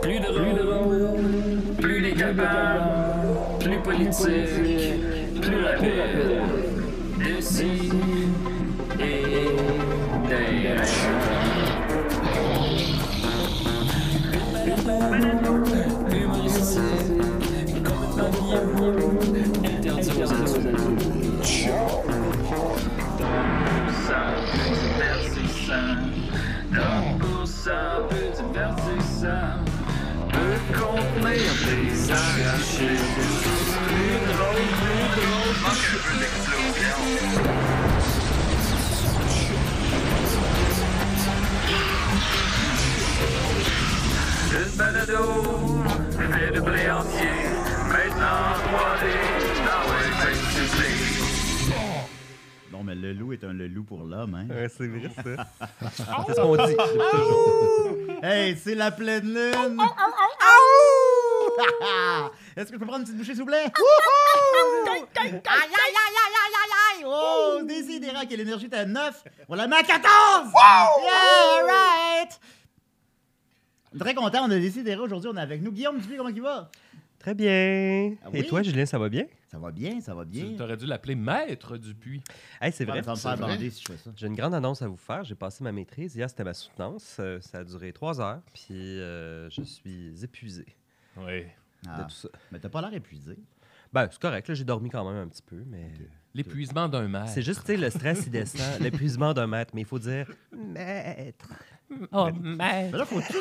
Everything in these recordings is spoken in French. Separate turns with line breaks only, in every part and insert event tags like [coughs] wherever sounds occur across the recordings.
Plus de rôle, plus décapable, plus politique, plus rapide. D'ici et d'ailleurs. Humoristique, complètement interdit aux adultes. Ça, divertissant. Donc pour ça, peu divertissant, peut contenir des arachides. Plus drôle, plus drôle, manque un peu d'explosion. Une balado, fait de blé entier, maintenant 3D, dans le
Non, mais le loup est un le loup pour l'homme, hein?
Ouais, c'est vrai, ça.
C'est ce qu'on dit. hey, c'est la pleine lune! Est-ce que je peux prendre une petite bouchée, s'il vous plaît? Wouhou! Aïe, aïe, aïe, aïe, aïe, aïe! Oh, Désidéra, que l'énergie est à 9. On la met à 14! Yeah, right! Très content, on a Désidéra aujourd'hui, on est avec nous. Guillaume Dupuis, comment il va?
Très bien.
Ah
Et
oui?
toi, Julien, ça va bien?
Ça va bien, ça va bien.
Tu aurais dû l'appeler maître du puits.
Hey, c'est vrai.
Ah, Ça va me faire
vrai.
bander si je fais ça.
J'ai une grande annonce à vous faire. J'ai passé ma maîtrise. Hier, c'était ma soutenance. Euh, ça a duré trois heures. Puis euh, je suis épuisé
Oui.
Ah,
de tout ça.
mais t'as pas l'air épuisé.
Ben, c'est correct. là, J'ai dormi quand même un petit peu, mais
L'épuisement d'un maître.
c'est juste tu sais, le stress,
[laughs]
il descend, l'épuisement d'un maître. Mais il faut dire maître.
Oh, maître.
Mais là, faut tout.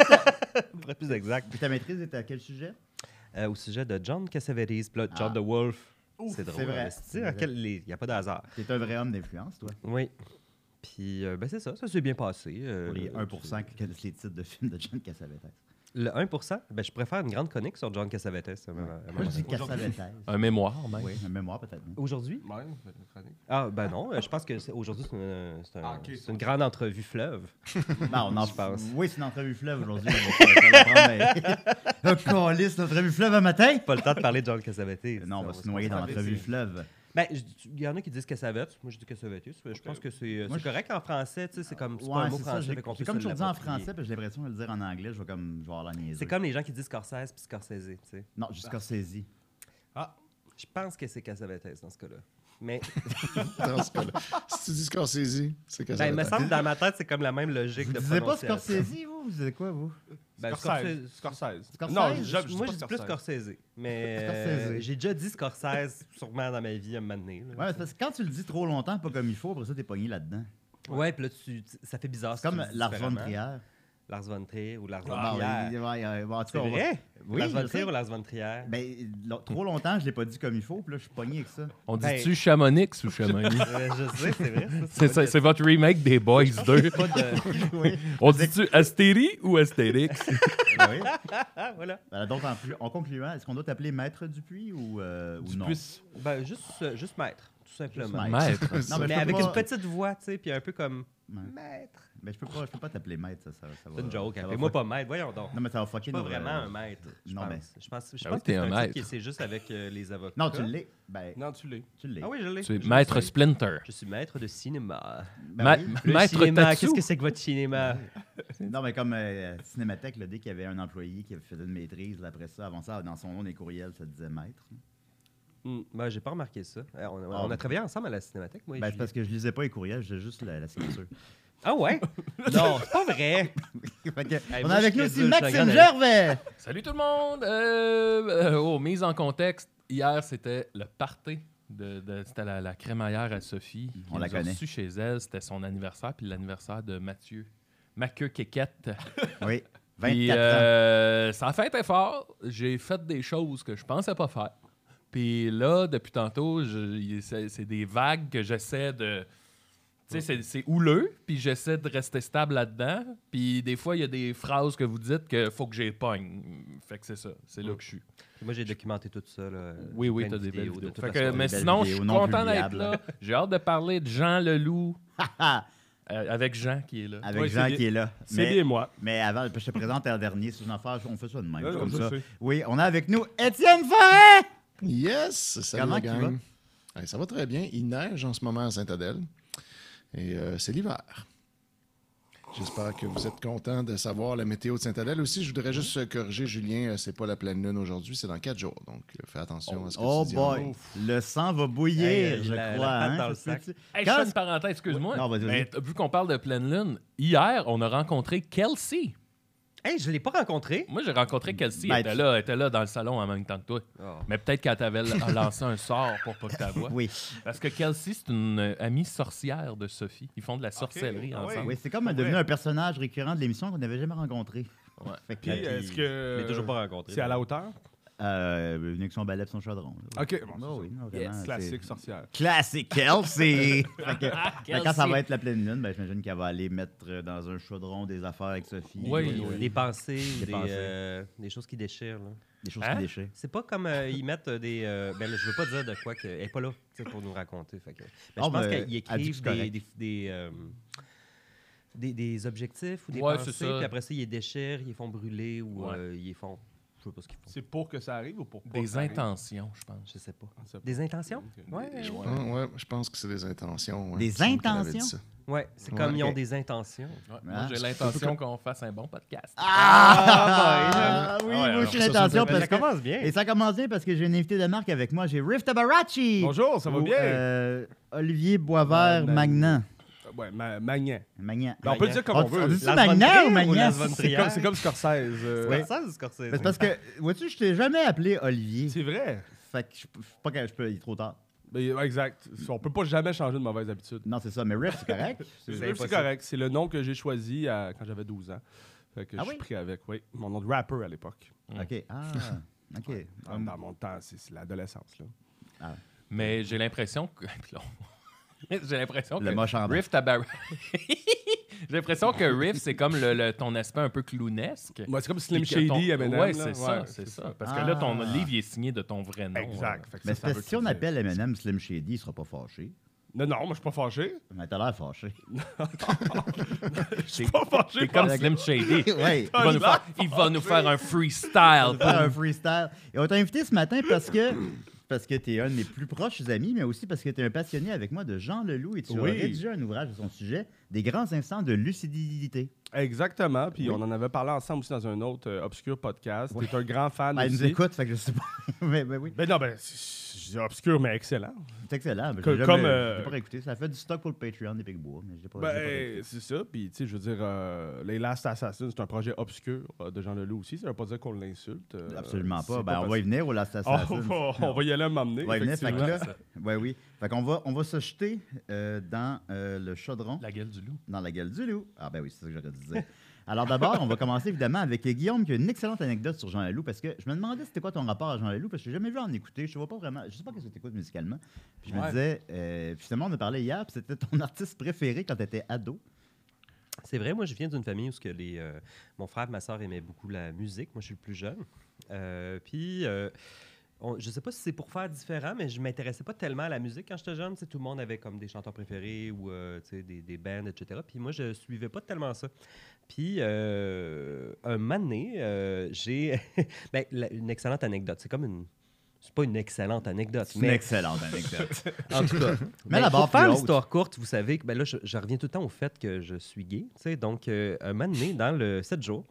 Pour être plus exact.
Puis ta maîtrise est à quel sujet?
Euh, au sujet de John Cassavetes, puis là, John
Ah.
the Wolf.
Ouf,
C'est drôle.
c'est vrai.
hein, c'est- tu sais, en quel- les- Il n'y a pas de hasard.
T'es un vrai homme d'influence, toi.
Oui. Puis, euh, ben c'est ça, ça s'est bien passé. euh,
Pour les
euh,
1% qui connaissent les titres de films de John Cassavetes.
Le 1%, ben, je préfère une grande chronique sur John Cassavetes. à un moment- à un
Moi,
moment
je dis
donné.
Cassavetes.
Un mémoire, même.
Oui, un mémoire peut-être.
[laughs]
non?
Aujourd'hui?
Ouais, une chronique.
Ah, ben non, euh, je pense que c'est- aujourd'hui, c'est une, c'est un-
Ah, ok.
c'est une grande entrevue fleuve.
Non, on en
Je pense.
Oui, c'est une entrevue fleuve aujourd'hui. on va pas- on va prendre, mais- Un calice, l'entrevue fleuve un matin?
Pas le temps de parler de John
[laughs]
Cassavetes.
Non, on va se noyer
noyer
dans
concentrer,
l'entrevue
c'est-
fleuve.
Ben, je- tu- il y en a qui disent Cassavetes, moi je dis Cassavetes. Je pense que c'est euh,
Moi,
c'est
je-
correct en français, tu sais, c'est comme c'est pas un
Ouais,
mot
c'est ça.
français.
J'ai
fait qu'on
j'ai
peut
comme
se
toujours dit en
l'approprier.
français, puis j'ai l'impression de le dire en anglais. Je vais comme je vais avoir la niaiserie.
C'est comme les gens qui disent Scorsese puis Scorsese, tu sais.
Non, jusqu'à saisie.
Ah, je pense que c'est Cassavetes dans ce cas-là. Mais
Dans ce cas-là. Si tu dis Scorsese, c'est que
Ben, il me
ça.
semble dans ma tête, c'est comme la même logique
Vous
de
disiez pas
prononciation.
Scorsese, vous? Vous disiez quoi, vous?
Ben,
Scorsese.
Scorsese.
Scorsese.
Scorsese?
Non, je- je- je dis
Moi,
pas
je dis plus
Scorsese.
Scorsese. Mais
Scorsese.
euh, j'ai déjà dit Scorsese sûrement dans ma vie à un moment donné. là.
Ouais, mais c'est parce que quand tu le dis trop longtemps, pas comme il faut, après ça, t'es pogné là-dedans.
Ouais, puis là, tu, tu- ça fait bizarre.
C'est comme Lars von
Trier.
Trier.
Lars von Trier ou Lars von
Bon, ouais,
Trier.
ouais, ouais, bon, en tout
Ah, C'est
cas, on va-
vrai?
Oui,
Lars
je
von
sais.
Trier ou Lars von Trier?
Ben, lo- trop longtemps, je l'ai pas dit comme il faut, puis là, je suis pogné avec
[laughs]
ça.
On
Ben-
dit-tu Chamonix
[laughs]
ou Chamonix?
Euh, je sais, c'est vrai. ça,
C'est
pas
ça,
une
c'est votre remake des Boys 2.
question
[laughs]
de-
oui.
On dit-tu Astérie ou Astérix?
oui.
Ah, voilà.
Ben, donc, en, plus- en concluant, est-ce qu'on doit t'appeler Maître Dupuis ou, euh, ou
Du
non?
plus-
Ben, juste, euh, juste maître, tout simplement.
Maître.
Maître.
Non, mais, je
Mais
peux
avec
pas-
une petite voix, tu sais, puis un peu comme
Ouais.
maître.
Mais je peux pas, je peux pas t'appeler Maître, ça, ça, ça va.
C'est une joke.
ça va
hein. Moi,
fuck-
pas maître, voyons donc.
Non, mais ça va fucker
C'est pas
nos- euh,
vraiment un maître. Je
non,
pense.
mais-
Je pense, je
Ben
pense
oui,
que
t'es
c'est
un
un
maître.
maître. C'est juste avec euh, les avocats.
Non, tu l'es. Ben,
Non, tu l'es.
tu l'es.
Ah oui, je l'ai.
Tu es
Je
Maître
sais.
Splinter.
Je suis maître de cinéma.
Ben
Ma-
oui.
Le
[laughs] maître
cinéma,
Tatsu.
qu'est-ce que c'est que votre
[laughs]
cinéma?
Non, mais comme euh, Cinémathèque, là, dès qu'il y avait un employé qui faisait une maîtrise, là, après ça, avant ça, dans son nom des courriels, ça disait Maître.
Hmm, ben, j'ai pas remarqué ça. Euh, On, on
Ah.
a travaillé ensemble à la cinémathèque, moi. et
Ben, c'est
Julie.
parce que je lisais pas les courriels, j'ai juste la, la
[laughs]
signature. [laughs]
Ah ouais? non, c'est pas vrai.
Fait que,
Hey,
on
Ben, moi,
a avec
je
nous
suis
aussi
crédule, je suis
Maxime
un grand
Gervais!
Salut tout le monde! Euh, euh, oh, mise en contexte, hier c'était le party. De, de- c'était la, la crémaillère à Sophie. qui
On la
nous a
connaît.
reçus chez elle, c'était son anniversaire, puis l'anniversaire de Mathieu. Mathieu Kékette.
Oui, 24
Puis,
ans.
euh, ça a fait effort. J'ai fait des choses que je pensais pas faire. Puis là, depuis tantôt, je- il- c'est c'est des vagues que j'essaie de. Tu sais, c'est- c'est houleux, puis j'essaie de rester stable là-dedans. Puis des fois, il y a des phrases que vous dites que faut que j'épogne. Fait que c'est ça. C'est là que je suis.
Puis moi, j'ai documenté tout ça. Là,
Oui, oui,
plein de
t'as des belles
vidéos, de
vidéos.
toute
Fait
façon.
que- mais
belles
sinon, je
vidéos
suis
non
content d'être
publiables.
là. J'ai hâte de parler de Jean Leloup
Ah,
euh, avec Jean qui est là.
avec
Ouais,
Jean
c'est bien-
qui est là.
C'est bien moi.
Mais avant, je te présente un dernier sous une affaire, on fait ça de même.
Ouais,
comme
je
ça.
sais.
Oui, on a avec nous Étienne Forêt!
Yes! Salut
Comment
la
tu
gang. Hey, ça va très bien. Il neige en ce moment à Saint-Adèle. Et euh, c'est l'hiver. J'espère que vous êtes content de savoir la météo de Saint-Adèle. Aussi, je voudrais juste euh, corriger Julien, euh, c'est pas la pleine lune aujourd'hui, c'est dans quatre jours. Donc, euh, fais attention à ce que
Oh
tu dis.
boy, le sang va bouillir,
Hey,
je
la- la
crois.
patte
hein,
dans le
ça se
sac.
peut-tu?
Hey, je
Quand-
fais une parenthèse, excuse-moi.
Non, vas-y, vas-y.
Mais t- vu qu'on parle de pleine lune, hier, on a rencontré Kelsey.
Hey, je l'ai pas rencontré.
Moi, j'ai rencontré Kelsey.
Ben,
elle, était
tu-
là, elle était là dans le salon en même temps que toi.
Oh.
Mais peut-être qu'elle t'avait l- lancé un sort pour pas que tu
[laughs]
vois.
Oui,
Parce que Kelsey, c'est une euh, amie sorcière de Sophie. Ils font de la sorcellerie
Ah oui.
ensemble.
oui c'est comme devenu un personnage récurrent de l'émission qu'on n'avait jamais rencontré.
Ouais.
Fait que,
Puis, est-ce que.
Je
Euh,
l'ai toujours pas rencontré.
C'est à la hauteur?
euh, venu avec son balai et son chaudron. là.
Ok, bon,
Oh
c'est
oui, non,
Yes,
vraiment, c'est-
Classique sorcière.
Classique
[laughs]
Kelsey!
Ah,
Fait que- fait que quand ça
Kelsey.
va être la pleine lune, ben, j'imagine qu'elle va aller mettre euh, dans un chaudron des affaires avec Sophie.
Oui,
des- euh,
oui.
Des pensées, ou
Des
des,
pensées.
euh, des choses qui déchirent. là.
Des choses
Hein?
qui déchirent.
C'est pas comme euh, ils mettent euh, des. euh, ben, là, je veux pas dire de quoi qu'elle n'est pas là tu sais, pour nous raconter. Fait que, ben,
Ah,
je pense
ben,
qu'ils
elle dit que
écrivent
c'est
des,
correct.
des, des, euh, des- des objectifs ou des
Ouais, c'est
pensées,
ça.
puis après ça, ils les déchirent, ils les font brûler ou
Ouais.
euh, ils les font. Je sais pas ce qu'ils font.
C'est pour que ça arrive ou pour pas que
Des
ça arrive?
intentions, je pense.
Je sais pas.
On sait pas.
Des intentions? Ouais.
Ouais.
Ah, ouais, je pense que c'est des intentions. ouais.
Des
Il me semble qu'elle avait dit
intentions?
ça.
Ouais, c'est
Ouais,
comme ils ont
ok.
des intentions.
Ouais, Moi, j'ai
Ah. [laughs]
l'intention qu'on fasse un bon podcast.
Ah! oui,
ouais,
moi,
alors,
je suis
ça, c'est
l'intention
une belle-
parce que.
bien.
Et ça commence bien parce que j'ai une invitée de marque avec moi, j'ai Riff Tabarachi!
Bonjour, ça va
Ou,
bien?
euh, Olivier Boisvert
Ouais,
Magnan.
Ouais, ma- Magnan.
Magnan.
Ben, on peut le dire comme on
On- on
veut.
dit
C'est
ça,
Las Von
Magnan
Trier
ou
ou
Magnan?
Las Von Trier?
comme, c'est comme Scorsese. euh,
Ouais.
Scorsese ou Scorsese?
Ben, c'est parce que, vois-tu, je t'ai jamais appelé Olivier.
C'est vrai.
Fait que je peux- faut pas que je peux, il est trop tard.
Ben, ouais, exact. On peut pas jamais changer de mauvaise habitude.
Non, c'est ça, mais Riff, c'est
[laughs]
correct.
C'est
C'est-
c'est correct. C'est le nom que j'ai choisi à- quand j'avais 12 ans. Fait que
Ah
je
oui?
suis pris avec, oui. Mon nom de rapper à l'époque.
ok,
[laughs]
ah, ok. Ah,
Dans,
Hum.
dans mon temps, c'est c'est l'adolescence. là.
Mais j'ai l'impression que. [laughs] Là, on- [laughs] j'ai l'impression que.
Le moche en bas.
Riff Tabar- [laughs] J'ai l'impression que Riff, c'est comme le, le- ton aspect un peu clownesque.
Moi, c'est comme Slim
Puis que ton-
Shady, Eminem.
Ouais,
là.
c'est ça,
Ouais,
c'est ça. Parce que là, ton
Ah.
livre, il est signé de ton vrai nom.
Exact. Fait que
Mais c'est
ça, ça
parce
veut
que si on
tout dire.
appelle M&M Slim Shady, il sera pas fâché.
Non, non, moi, je suis pas fâché.
Mais t'as l'air
[laughs]
fâché.
Euh, C'est
Pas fâché.
c'est comme
[laughs]
Slim Shady.
oui.
Il va, nous faire, il va nous faire un freestyle.
[laughs]
faire un freestyle. Et on t'a invité ce matin parce que parce que t'es un de mes plus proches amis, mais aussi parce que t'es un passionné avec moi de Jean Leloup et tu as
Oui.
rédigé un ouvrage à son sujet, Des grands instants de lucidité.
Exactement. Puis
Oui.
on en avait parlé ensemble aussi dans un autre euh, obscur podcast.
Oui.
T'es un grand fan
Ah, il nous
aussi.
écoute, fait que je sais pas. [laughs] mais, mais oui,
Ben non, ben, c'est- je dis obscur, mais excellent.
c'est excellent. mais
Que-
j'ai jamais-
comme, euh,
j'ai pas réécouté. Ça fait du stock pour le Patreon des Picbois, mais j'ai pas, j'ai pas
Ben,
réécouté.
c'est ça. Puis, tu sais, je veux dire, euh, Les Last Assassins, c'est un projet obscur euh, de Jean Leloup aussi. Ça veut pas dire qu'on l'insulte. euh,
Absolument
c'est
pas. Ben, on va y venir au Last
parce-
Assassin.
Oh, on va- on va y aller m'emmener.
On va y venir, fait que là,
effectivement.
ouais, oui. Fait qu'on va, on va se jeter euh, dans euh, le chaudron.
La gueule du loup.
Dans la gueule du loup. Ah ben oui, c'est ça que j'aurais dû dire. Alors d'abord, on va commencer évidemment avec euh, Guillaume qui a une excellente anecdote sur Jean Leloup parce que je me demandais c'était quoi ton rapport à Jean Leloup parce que je l'ai jamais vu en écouter. Je ne vois pas vraiment. Je sais pas qu'est-ce que tu écoutes musicalement. Puis je me
Ouais.
disais, euh, puis finalement on a parlé hier, puis c'était ton [laughs] artiste préféré quand tu étais ado.
C'est vrai, moi, je viens d'une famille où ce que les, euh, mon frère et ma soeur aimaient beaucoup la musique. Moi, je suis le plus jeune. Euh, puis, euh, on- je sais pas si c'est pour faire différent, mais je m'intéressais pas tellement à la musique quand j'étais jeune. Tu sais, Tout le monde avait comme des chanteurs préférés ou euh, tu sais, des, des bands, etc. Puis moi, je suivais pas tellement ça. Puis, euh, un moment donné, euh, j'ai [laughs] ben, la- une excellente anecdote. C'est comme une... C'est pas une excellente anecdote,
C'est une
mais
excellente anecdote.
en tout [laughs] cas.
Mais la barre
ben, pour faire
plus haute.
l'histoire courte, vous savez que ben là, je, je reviens tout le temps au fait que je suis gay. tu sais. Donc, euh, un moment donné, dans le 7 jours,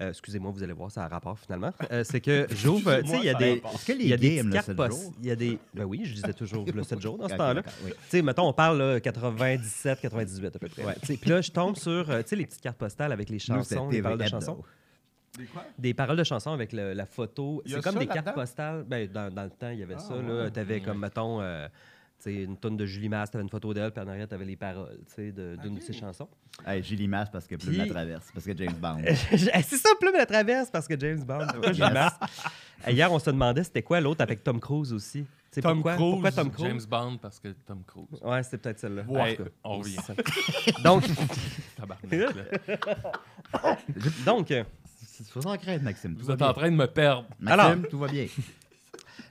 euh, excusez-moi, vous allez voir, ça a rapport finalement. euh, c'est [laughs] que j'ouvre. euh, Tu sais, il y a
Excusez-moi, ça a
des.
rapport.
Est-ce que
Il y
les
a des
games
petites
là,
cartes
c'est le
post-
jour?
Il y a des. Ben oui, je disais toujours
[laughs]
le 7 jours dans ce
Ok,
temps-là.
d'accord, oui.
Tu sais, mettons, on parle là, 97, 98 à peu près. Tu sais, Puis là, je tombe sur euh, tu sais, les petites cartes postales avec les
[laughs] Nous, c'était
chansons, les paroles de
TV
chansons.
Hebdo.
Des quoi?
Des paroles de chansons avec le- la photo.
Il y a
C'est comme
ça
des cartes
là-dedans?
postales. Ben, dans, dans le temps, il y avait
Ah,
ça. là. T'avais comme, mettons, euh, tu sais, une tonne de Julie Masse, t'avais une photo d'elle, puis en arrière, t'avais les paroles tu sais,
Ah,
de- d'une de, ses chansons. [laughs]
Hey, J'ai l'image parce que Plume la
Puis-
traverse, parce que James
[laughs]
Bond.
C'est ça, Plume la traverse, parce que James Bond,
Ah,
pourquoi Julie
Yes.
Masse? Hier, on se demandait c'était quoi l'autre avec Tom Cruise aussi. Tu sais,
Tom
pourquoi,
Cruise,
pourquoi Tom Cruise?
James Bond parce que Tom Cruise.
Ouais, c'était peut-être celle-là.
Ouais.
En tout cas.
On revient. [laughs]
Donc, [laughs]
Tabarnak, là.
donc euh,
Faut s'en craindre, Maxime. tout
Vous
va
êtes en
bien.
train de me perdre.
Maxime, tout va bien.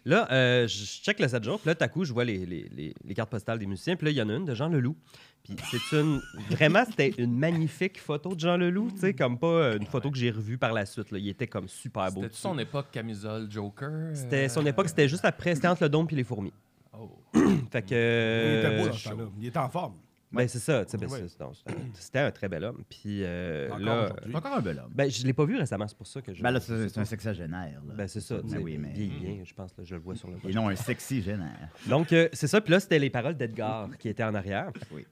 Là, euh, je je check le 7 jours, puis là, tout à coup, je vois les, les- les- les cartes postales des musiciens, puis là, il y en a une de Jean Leloup. Puis c'est une. Vraiment, c'était une magnifique photo de Jean Leloup, tu sais, comme pas euh, une photo que j'ai revue par la suite. là. Il était comme super Ah, beau.
C'était-tu son époque camisole Joker? Euh,
C'était son époque, c'était juste après, c'était entre le dôme puis les fourmis.
Oh.
[clears throat] Fait que.
Il était beau
euh,
euh,
dans ce temps-là. Il était en forme.
Ben, c'est ça. tu sais, ben,
Ouais.
c'est- non, c'était- C'était un très bel homme. Puis euh,
Encore
là.
aujourd'hui.
C'est encore un bel homme.
Ben, je l'ai pas vu récemment, c'est pour ça que je.
Ben là, c'est c'est un sexagénaire. Là.
Ben, c'est ça. tu sais,
oui, mais-
Vieillien, je pense, là, je le vois sur le
Et non un sexy
[laughs]
génère.
Donc, euh, c'est ça. Puis là, c'était les paroles d'Edgar qui étaient en arrière.
Oui.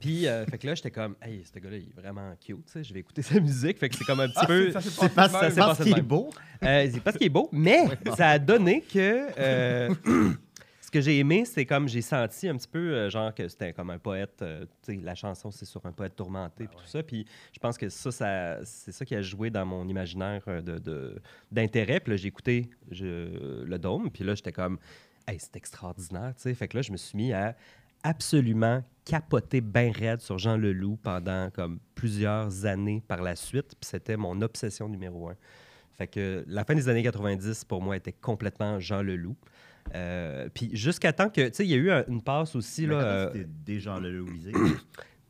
Puis, euh, fait que là, j'étais comme, hey, ce gars-là, il est vraiment cute, tu sais, je vais écouter sa musique. Fait que c'est comme un petit peu.
C'est parce,
Ah, ça s'est
parce
passé de
qu'il est
même.
beau.
Euh, c'est parce qu'il est beau, mais ça a donné que. [laughs] euh, ce que j'ai aimé, c'est comme j'ai senti un petit peu, euh, genre, que c'était comme un poète. euh, tu sais, la chanson, c'est sur un poète tourmenté, puis tout ça. Puis je pense que ça, ça c'est ça qui a joué dans mon imaginaire euh, de- de- d'intérêt. puis là, j'ai écouté je- le Dôme, puis là, j'étais comme, hey, c'est extraordinaire, tu sais. Fait que là, je me suis mis à absolument capoter ben raide sur Jean Leloup pendant comme plusieurs années par la suite. Puis c'était mon obsession numéro un. Fait que la fin des années 90, pour moi, était complètement Jean Leloup. Euh, puis jusqu'à temps que, tu sais, il y a eu un- une passe aussi, là, euh,
C'était
[coughs]
déjà le Louisé.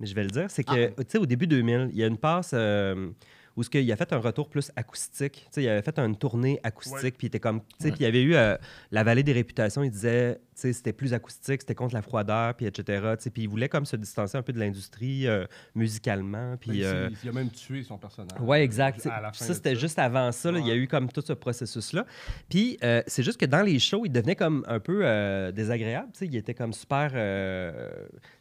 mais je vais le dire, c'est que, tu sais, au début 2000, il y a une passe euh, où ce qu'il a fait un retour plus acoustique. Tu sais, il avait fait une tournée acoustique, puis il était comme, tu sais, puis il y avait eu euh, la vallée des réputations, il disait, tu sais, c'était plus acoustique, c'était contre la froideur, puis etc. Tu sais, puis il voulait comme se distancer un peu de l'industrie euh, musicalement,
Ben,
puis... euh,
il a même tué son personnage.
Ouais, exact.
À la
Puis
fin
ça,
de
c'était juste avant ça. là, Il y a eu comme tout ce processus-là. Puis euh, c'est juste que dans les shows, il devenait comme un peu euh, désagréable. tu sais. Il était comme super. euh,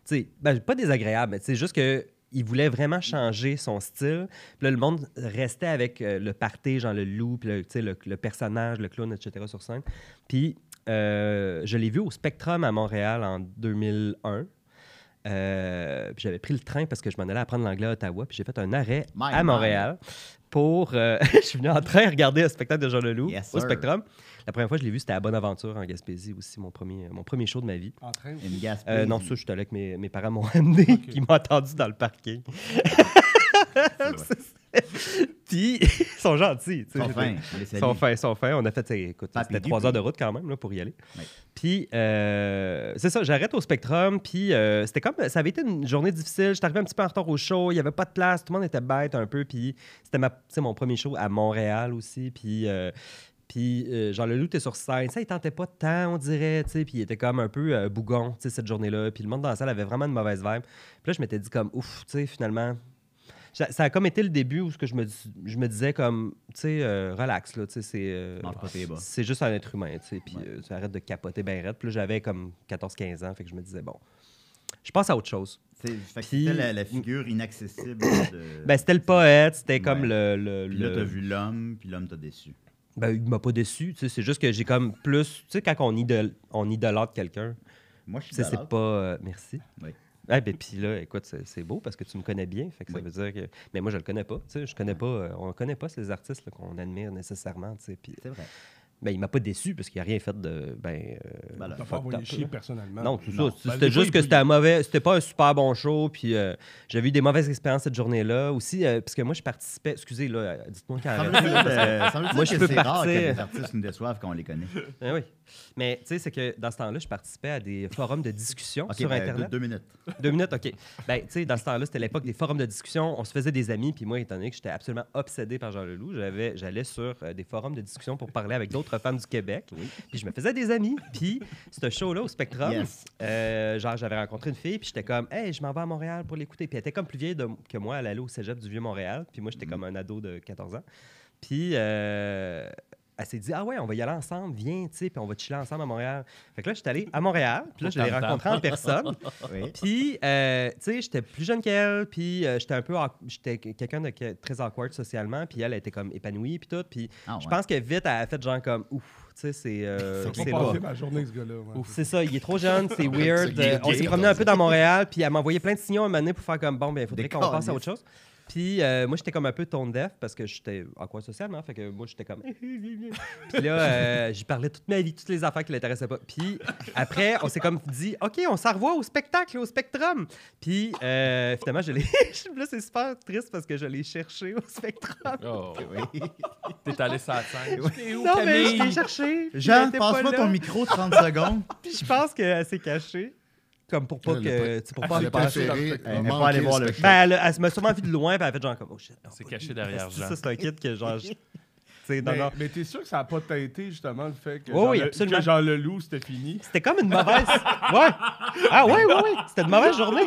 tu sais, ben, pas désagréable, mais c'est juste que. Il voulait vraiment changer son style. Puis là, le monde restait avec euh, le party, genre le loup, puis le, tu sais, le, le personnage, le clown, etc. sur scène. Puis euh, je l'ai vu au Spectrum à Montréal en 2001. Euh, puis j'avais pris le train parce que je m'en allais apprendre l'anglais à Ottawa. Puis j'ai fait un arrêt
My,
à
my.
Montréal pour. euh, [laughs] je suis venu en train regarder un spectacle de Jean Leloup
Yes,
au
sir.
Spectrum. La première fois que je l'ai vu, c'était à Bonaventure en Gaspésie aussi, mon premier, mon premier show de ma vie.
En train de-
Une gaspe.
Euh, non, ça, je suis allé avec mes, mes parents m'ont [laughs] amené, qui m'ont attendu dans le parking. Puis, [laughs] ils sont gentils. tu sais,
Sans
c'est-
fin.
ils sont fins, ils sont fins. On a fait, c'est- écoute,
Papi
c'était
Dupuis.
trois heures de route quand même là, pour y aller.
Ouais.
Puis, euh, c'est ça, j'arrête au Spectrum. Puis, euh, c'était comme, ça avait été une journée difficile. J'étais arrivé un petit peu en retard au show. Il n'y avait pas de place. Tout le monde était bête un peu. Puis, c'était ma, tu sais, mon premier show à Montréal aussi. Puis, euh, puis euh, Jean Leloup était sur scène. Ça, il tentait pas tant, on dirait. tu sais. Puis, il était comme un peu euh, bougon tu sais, cette journée-là. Puis, le monde dans la salle avait vraiment une mauvaise vibe. Puis là, je m'étais dit comme, ouf, tu sais, finalement, ça, ça a comme été le début où ce que je me, dis- je me disais comme, tu sais, euh, relax, là, tu sais, c'est... euh,
Mange pas tes bas.
c'est juste un être humain, tu sais, puis
Ouais.
euh, tu arrêtes de capoter ben raide. Puis là, j'avais comme 14-15 ans, fait que je me disais, bon, je passe à autre chose.
C'est- fait que
Puis-
C'était la, la
[coughs]
figure inaccessible de.
Ben, c'était le poète, c'était comme le... le,
Euh, Puis là,
le-
t'as vu l'homme, puis l'homme t'a déçu.
Ben, il m'a pas déçu, tu sais, c'est juste que j'ai comme plus... Tu sais, quand on, idole, on idolâtre quelqu'un,
Moi, je
tu
suis
sais, c'est
d'accord.
pas... euh, merci.
Oui.
Ah, ben, puis là, écoute, c'est c'est beau parce que tu me connais bien, fait que ça
Oui.
veut dire que... Mais moi, je le connais pas, tu sais, je connais pas... euh, on connaît pas ces artistes là, qu'on admire nécessairement, tu sais, puis...
C'est vrai.
Ben, il m'a pas déçu parce qu'il a rien fait de... Ben... euh,
Ben là,
T'as
fucked
pas envoyé
up,
chier
là.
personnellement.
Non, tout
Ben,
ça.
des
C'était
fois,
juste
il
que
peut-
c'était un mauvais. C'était pas un super bon show. Puis euh, j'avais eu des mauvaises expériences cette journée-là aussi. euh, parce que moi, je participais. Excusez, là, euh, dites-moi quand arrête.
Semble-t-il, euh, semble-t-il
Moi, je
que
peux
c'est rare que
partir.
les artistes nous déçoivent quand on les connaît.
Ah oui. Mais tu sais, c'est que dans ce temps-là, je participais à des forums de discussion
Ok,
sur
ben,
Internet.
deux, deux minutes.
Deux minutes, OK. Ben, tu sais, dans ce temps-là, c'était l'époque des forums de discussion. On se faisait des amis. Puis moi, étant donné que j'étais absolument obsédé par Jean Leloup, j'avais, j'allais sur euh, des forums de discussion pour parler avec d'autres femmes du Québec. Puis je me faisais des amis. Puis ce show-là au Spectrum,
Yes.
euh, genre, j'avais rencontré une fille. Puis j'étais comme, hey, je m'en vais à Montréal pour l'écouter. Puis elle était comme plus vieille de- que moi. Elle allait au cégep du Vieux-Montréal. Puis moi, j'étais comme un ado de 14 ans. Puis. euh, elle s'est dit, ah ouais, on va y aller ensemble, viens, tu sais, puis on va chiller ensemble à Montréal. Fait que là, j'étais allé à Montréal, puis là, je l'ai rencontrée en personne.
[laughs] Oui.
Puis, euh, tu sais, j'étais plus jeune qu'elle, puis euh, j'étais un peu, awk- j'étais quelqu'un de que- très awkward socialement, puis elle elle était comme épanouie, puis tout. Puis
Ah,
je
ouais.
pense que vite, elle a fait genre comme, ouf, tu sais, c'est. euh,
Faut
c'est
pas
lourd.
passer ma journée, ce gars-là. ouais.
C'est ça, il est trop jeune, [laughs] c'est weird.
C'est gay,
Euh, on
gay.
s'est promené un peu dans Montréal, puis elle m'envoyait plein de signaux à un moment donné pour faire comme bon, ben, il faudrait
Des
qu'on passe à
câlisses.
autre chose. Puis euh, moi, j'étais comme un peu tone deaf parce que j'étais en quoi socialement, fait que moi, j'étais [laughs] comme. puis là, euh, j'y parlais toute ma vie, toutes les affaires qui l'intéressaient pas. Puis après, on s'est comme dit, OK, on s'en revoit au spectacle, au spectrum. Puis euh, finalement, je l'ai. [laughs] là, c'est super triste parce que je l'ai cherché au spectrum. [laughs]
Oh,
Oui.
t'es allé sur la scène. T'es où,
Non, mais je l'ai
Camille?
[laughs] cherché. puis elle
Jean,
était
passe-moi
là.
ton micro 30
[laughs]
secondes.
Puis je pense qu'elle s'est cachée. Comme pour pas
Elle l'a
que. tu sais, Pour pas
Elle a
en passer.
préféré
Elle va
manquer
Eh, aller voir le
spectacle.
Ben, elle, elle m'a sûrement vu de loin, puis elle a fait genre comme, oh shit. non,
C'est
pas
caché
lui.
derrière
Ça,
Jean.
c'est un kit que genre. je- Tu sais, non,
Mais,
non.
mais t'es sûr que ça n'a pas teinté justement le fait que,
Oui,
Jean,
oui,
Le-
absolument.
que Jean Leloup, c'était fini?
C'était comme une mauvaise. Ouais. Ah, ouais, ouais, ouais. C'était une mauvaise journée.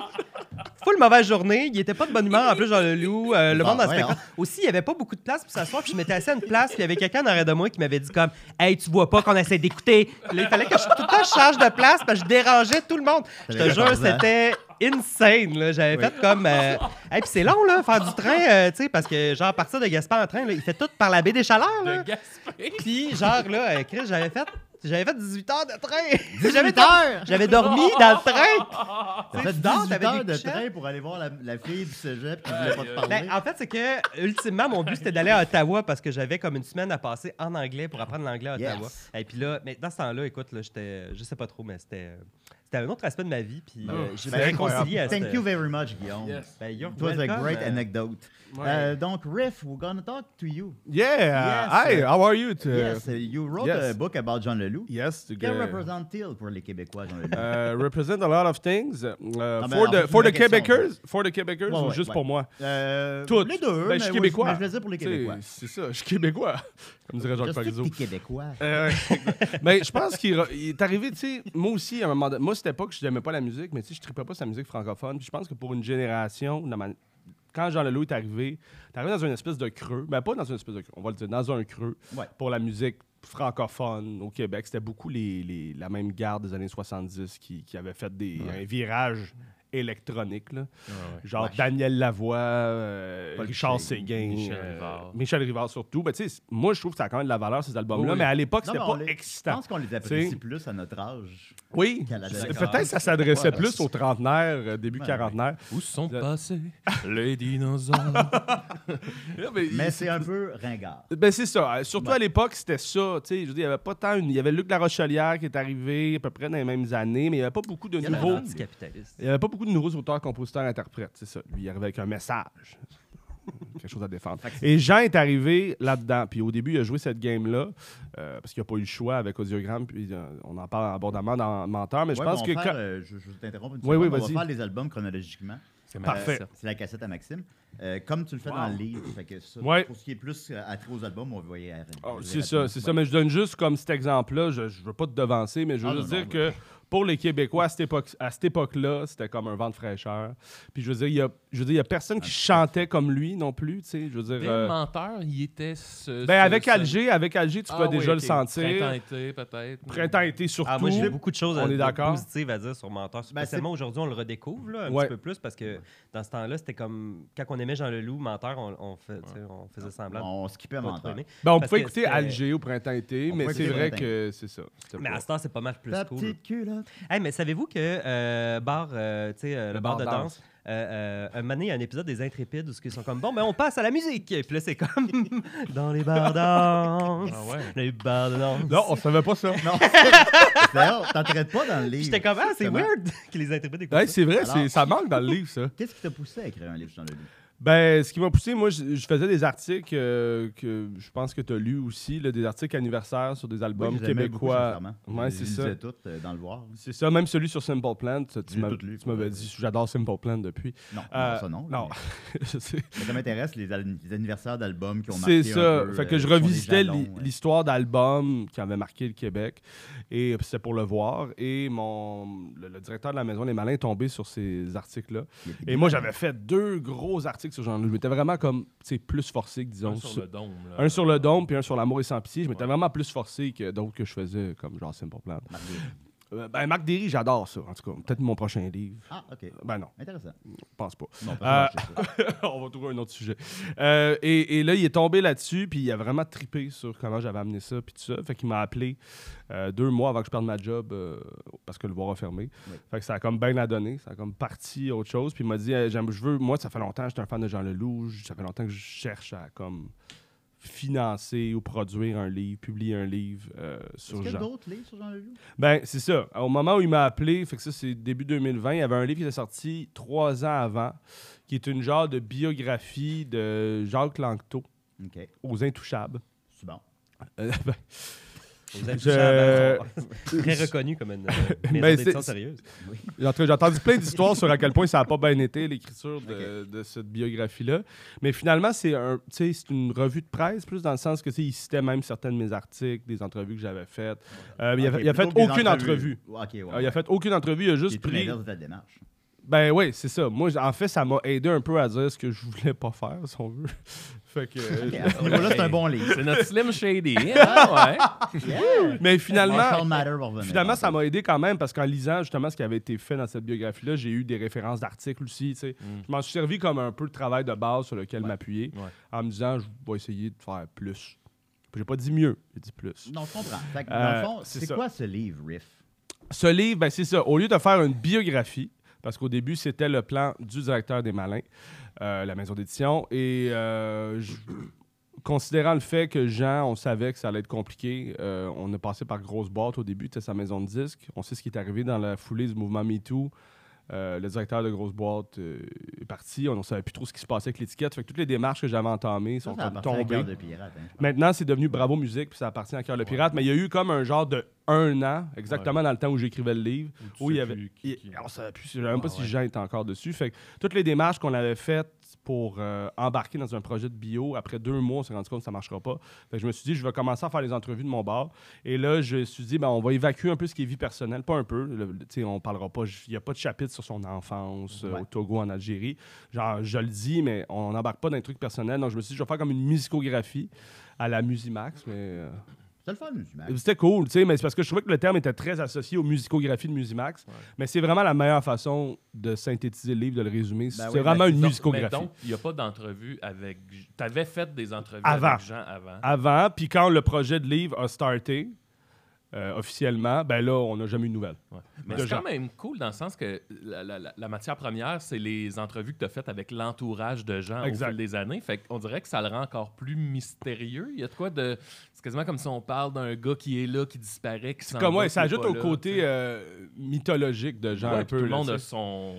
full mauvaise journée. Il était pas de bonne humeur en plus, Jean Leloup. Euh, le
Bah,
monde dans le
voyons.
spectacle. Aussi, il y avait pas beaucoup de place pour s'asseoir. Puis je m'étais assis à une place. Puis il y avait quelqu'un en arrière de moi qui m'avait dit comme Hey, tu vois pas qu'on essaie d'écouter. Là, il fallait que je, tout le temps je change de place parce que je dérangeais tout le monde. Je te
T'avais
jure,
14 ans.
c'était insane. là. J'avais fait comme. euh, Hey, puis c'est long, là, faire du train, euh, tu sais, parce que genre, partir de Gaspard en train, là, il fait tout par la baie des Chaleurs. là.
De Gaspé.
Puis, genre, là, euh, Chris, j'avais fait. J'avais fait 18
[laughs]
heures de train. J'avais
18 heures!
j'avais dormi dans le train.
T'as
Tu sais,
fait
tu dors,
18
t'avais
heures
des
de
couchettes.
train pour aller voir la, la fille du cégep qui
Ah,
voulait pas te parler.
Ben, en fait, c'est que, ultimement, mon but, c'était d'aller à Ottawa parce que j'avais comme une semaine à passer en anglais pour apprendre l'anglais à
Yes.
Ottawa. Et puis là, mais dans ce temps-là, écoute, là, j'étais, je sais pas trop, mais c'était, c'était un autre aspect de ma vie. Puis, euh, je me
Ben,
réconciliais à
Thank
cette-
you very much, Guillaume.
Yes.
Ben, you're
It was a
welcome,
great
euh,
anecdote.
ouais.
Euh, donc, Riff, we're gonna talk to you.
Yeah!
Yes.
Hey, how are you? to-
Yes, uh, you wrote
Euh, yes.
a book about Jean Leloup.
Yes, to
Quel
get-
représente-t-il pour les Québécois, Jean Leloup?
Euh, represent a lot of things. Euh,
ben,
for,
en fait,
the, for
c'est
the
une question.
Québécois, for the Québécois
Ouais,
ou
ouais,
juste
ouais.
pour moi?
Euh,
Toutes.
Les deux,
Ben, je
mais
suis
oui,
québécois.
mais je le disais pour les
Tu sais,
Québécois.
C'est ça, je suis québécois. [laughs] Comme dirait Jacques
Je sais que
Parizeau.
t'es Québécois.
Euh, [laughs] ben, je pense qu'il re- il est arrivé, tu sais, moi aussi, à un moment donné, moi, c'était pas que je n'aimais pas la musique, mais tu sais, je tripais pas sa musique francophone. Puis je pense que pour une génération, dans ma- quand Jean Leloup est arrivé, t'es arrivé dans une espèce de creux, ben pas dans une espèce de creux, on va le dire, dans un creux,
Ouais.
pour la musique francophone au Québec. C'était beaucoup les, les- la même garde des années 70 qui, qui avait fait des, un virage électronique, là. genre Daniel Lavoie, euh,
Paul
Richard
Duchesne,
Séguin,
Michel
euh,
Rivard.
Michel Rivard surtout. Ben, tu sais, moi, je trouve que ça a quand même de la valeur, ces albums-là,
Oui.
mais à l'époque,
Non,
c'était
mais
pas
on les- Je
excitant.
pense qu'on les apprécie
T'sais.
plus à notre âge.
Oui,
Qu'à la
C'est-
décadence.
peut-être que ça s'adressait
Ouais,
plus
c'est
aux trentenaires, euh, début
Ouais,
quarantenaire.
Où sont
Le-
[laughs] passés les dinosaures?
Mais c'est un peu ringard.
Ben c'est ça. Euh, Surtout
Ouais.
à l'époque, c'était ça. Tu sais, je veux dire, il y avait pas tant une... Il y avait Luc Larochelière qui est arrivé à peu près dans les mêmes années, mais il n'y avait pas beaucoup de
Il y avait
nouveaux...
un anticapitaliste.
Il n'y avait pas beaucoup de nouveaux auteurs, compositeurs, interprètes, c'est ça. Lui, il arrivait avec un message. [laughs] Quelque chose à défendre. Et Jean est arrivé là-dedans. Puis au début, il a joué cette game-là, euh, parce qu'il n'a pas eu le choix avec Audiogramme. Puis euh, on en parle abondamment dans Menteur, mais je
Ouais,
pense
mais on
que.
va
quand-
faire, euh, je, je t'interromps une
Oui, oui,
seconde, on va
vas-y.
faire les albums chronologiquement.
Parfait.
Euh, c'est la cassette à Maxime. Euh, comme tu le fais dans le livre. Fait que ça,
Ouais.
Pour ce qui est plus euh, attrait aux albums, on va y aller.
Oh, c'est ça, c'est ça. Mais je donne juste comme cet exemple-là, je ne veux pas te devancer, mais je veux
Ah,
juste
non,
dire
non,
que pour les Québécois, à cette, époque, à cette époque-là, c'était comme un vent de fraîcheur. Puis je veux dire, il y a, je veux dire, il y a personne qui chantait comme lui non plus, tu sais. Je veux
Le
dire. euh,
menteur, il était ce.
ben,
ce-
avec
ce-
Alger, avec Alger, tu
Ah
peux
oui,
déjà
ok.
le sentir.
Printemps-été, peut-être.
Printemps-été surtout.
Ah, moi, j'ai beaucoup de choses
on
à-
est
de
d'accord.
positives à dire sur Menteur.
Ben,
Spécialement aujourd'hui, on le redécouvre là, un
Ouais.
petit peu plus parce que dans ce temps-là, c'était comme quand on aimait Jean Leloup, Menteur, on, on fait- tu sais, on faisait semblant
On skippait
de
un
pas trop
menteur.
aimer.
Ben, on
Parce
pouvait
que
écouter
c'était-
Alger au printemps-été,
On
mais
pouvait
c'est
écouter
vrai
printemps.
que c'est ça. C'était
Mais
pas-
à ce temps, c'est pas mal plus
Ta
cool.
petite culotte. [laughs]
Hey, mais savez-vous que euh, bar, euh, tu sais, euh, le, bar, de danse, euh, euh, un moment donné, il y a un épisode des Intrépides où ils sont comme bon, ben on passe à la musique. Et puis là, c'est comme [laughs] dans les bars de danse.
Ah ouais.
Les bars de danse.
Non, on savait pas ça.
Non, c'est- d'ailleurs, t'en traites pas dans le
Puis
livre.
J'étais comme ah, c'est
Justement.
weird [laughs] que les Intrépides écoutent. ça.
Ouais, Ben, c'est vrai,
Alors-
c'est- ça manque dans le livre, ça.
Qu'est-ce qui t'a poussé à écrire un livre sur le livre?
Ben, ce qui m'a poussé, moi, je, je faisais des articles euh, que je pense que tu as lu aussi, là, des articles anniversaires sur des albums québécois. ouais, c'est ça.
Je les lisais toutes euh, dans le voir.
C'est ça, même celui sur Simple Plan, tu- tu
J'ai
m'as-
tout lu.
tu m'avais dit, j'adore Simple Plan depuis.
Non,
Euh,
non, ça non.
Non,
mais-
[laughs] je sais.
mais ça m'intéresse, les, al- les anniversaires d'albums qui ont marqué
C'est
un
ça.
peu,
fait
euh,
que je
qui sont des
revisitais
jalons,
l'hi-
ouais.
l'histoire d'albums qui avait marqué le Québec. Et puis, c'était pour le voir. Et mon, le, le directeur de la Maison des Malins est tombé sur ces articles-là.
Il était
Et moi, j'avais fait deux gros articles sur Jean-Louis. Je m'étais vraiment comme, tu sais, plus forcé que, disons,
Un sur
sur-
le dôme. là.
Un sur le dôme, puis un sur l'amour et sans pitié. Je m'étais
Ouais.
vraiment plus forcé que d'autres que je faisais, comme genre Simple Plan.
marqué.
Euh, ben, Marc Derry, j'adore ça, en tout cas. Peut-être mon prochain livre.
Ah, OK.
Ben non,
Intéressant.
je pense pas.
Non, pas
[laughs]
ça, je sais
On va trouver un autre sujet. Euh, et, et là, il est tombé là-dessus, puis il a vraiment tripé sur comment j'avais amené ça, puis tout ça. Fait qu'il m'a appelé euh, deux mois avant que je perde ma job, euh, parce que le voir a fermé.
Oui.
Fait que ça a comme bien la donné, ça a comme parti autre chose. Puis il m'a dit, euh, j'aime- je veux, moi, ça fait longtemps, j'étais un fan de Jean Leloup, j- ça fait longtemps que je cherche à comme financer ou produire un livre, publier un livre euh,
ça.
sur
Est-ce qu'il y a
Jean.
d'autres livres sur Jean Leloup?
Ben, c'est ça. Au moment où il m'a appelé, fait que ça, c'est début 2020, il y avait un livre qui était sorti trois ans avant, qui est une genre de biographie de Jacques Langteau
OK.
aux Intouchables.
C'est bon.
Euh, [laughs] ben,
Vous êtes
Je- [laughs]
touchables, hein. très reconnu comme une euh,
Ben,
maison d'édition
c'est-
sérieuse.
En tout cas, J'ai entendu plein d'histoires sur à quel point ça n'a pas bien été, l'écriture de, de cette biographie-là. Mais finalement, c'est un, tu sais, c'est une revue de presse, plus dans le sens que tu sais, il citait même certains de mes articles, des entrevues que j'avais faites. Euh, il a,
Ok,
il a fait
plutôt que des
aucune
entrevues.
entrevue.
Ouais, OK, ouais.
Euh, il a fait aucune entrevue, il a
J'ai
juste
pris
pris. [laughs]
l'inverse de ta démarche.
Ben oui, c'est ça. Moi, j- en fait, ça m'a aidé un peu à dire ce que je voulais pas faire, [laughs] si on veut. fait que. euh,
À ce niveau-là, c'est un bon livre.
C'est notre Slim Shady.
[laughs] Ah
hein, ouais.
Mais
Marshall
finalement,
Matter va revenir.
finalement, ça m'a aidé quand même parce qu'en lisant justement ce qui avait été fait dans cette biographie-là, j'ai eu des références d'articles aussi. tu sais. Je m'en suis servi comme un peu de travail de base sur lequel m'appuyer
Mm. Ouais.
en me disant, je vais essayer de faire plus. Puis J'ai pas dit mieux, j'ai dit plus.
Non, je comprends. Fait que,
Euh,
dans le fond,
c'est
c'est
ça.
quoi ce livre, Riff?
Ce livre, ben c'est ça. Au lieu de faire une biographie, parce qu'au début, c'était le plan du directeur des Malins, euh, la maison d'édition, et euh, je- considérant le fait que Jean, on savait que ça allait être compliqué, euh, on a passé par grosse boîte au début, c'était sa maison de disques. On sait ce qui est arrivé dans la foulée du mouvement MeToo. Euh, le directeur de grosse boîte euh, est parti. On ne savait plus trop ce qui se passait avec l'étiquette. Fait que toutes les démarches que j'avais entamées
Ça,
sont
ça
comme
appartient à
tombées.
Cœur de Pirate. hein, je pense.
Maintenant, c'est devenu Bravo Musique, puis ça appartient à Cœur le Pirate. Mais il y a eu comme un genre de un an, exactement dans le temps où j'écrivais le livre,
tu
où il y
sais
avait.
plus qui-
il-
qui- Ah
On savait plus, je savais même pas si Jean était encore dessus. Fait que toutes les démarches qu'on avait faites pour euh, embarquer dans un projet de bio, après deux mois, on s'est rendu compte que ça marchera pas. Fait que je me suis dit, je vais commencer à faire les entrevues de mon bar. Et là, je me suis dit, ben, on va évacuer un peu ce qui est vie personnelle, pas un peu. le- le- tu sais, on parlera pas, il n'y a pas de chapitre sur son enfance euh,
Ouais.
au Togo, en Algérie. Genre, je le dis, mais on n'embarque pas dans des trucs personnels. Donc, je me suis dit, je vais faire comme une musicographie à la Musimax, mais... euh,
C'est le fun, du mal.
c'était cool, tu sais, mais c'est parce que je trouvais que le terme était très associé aux musicographies de Musimax. Mais c'est vraiment la meilleure façon de synthétiser le livre, de le résumer. c'est
oui,
vraiment
ben,
une
Donc,
musicographie.
Mais donc, il n'y a pas d'entrevue avec. Tu avais fait des entrevues
Avant. Ah,
avec Jean avant.
Avant, puis quand le projet de livre a starté euh, officiellement, ben là, on n'a jamais eu de nouvelles.
Ouais. Mais
De
c'est
Jean.
quand même cool dans le sens que la, la- la- la matière première, c'est les entrevues que tu as faites avec l'entourage de Jean
Exact.
au fil des années. Fait qu'on dirait que ça le rend encore plus mystérieux. Il y a de quoi de. C'est quasiment comme si on parle d'un gars qui est là, qui disparaît, qui s'en
Comme
va,
ouais,
qui
ça
est
ajoute
pas
au
là,
côté
tu sais.
euh, mythologique de Jean
Ouais,
un
puis
peu.
tout le
là,
monde
tu
a
sais.
son.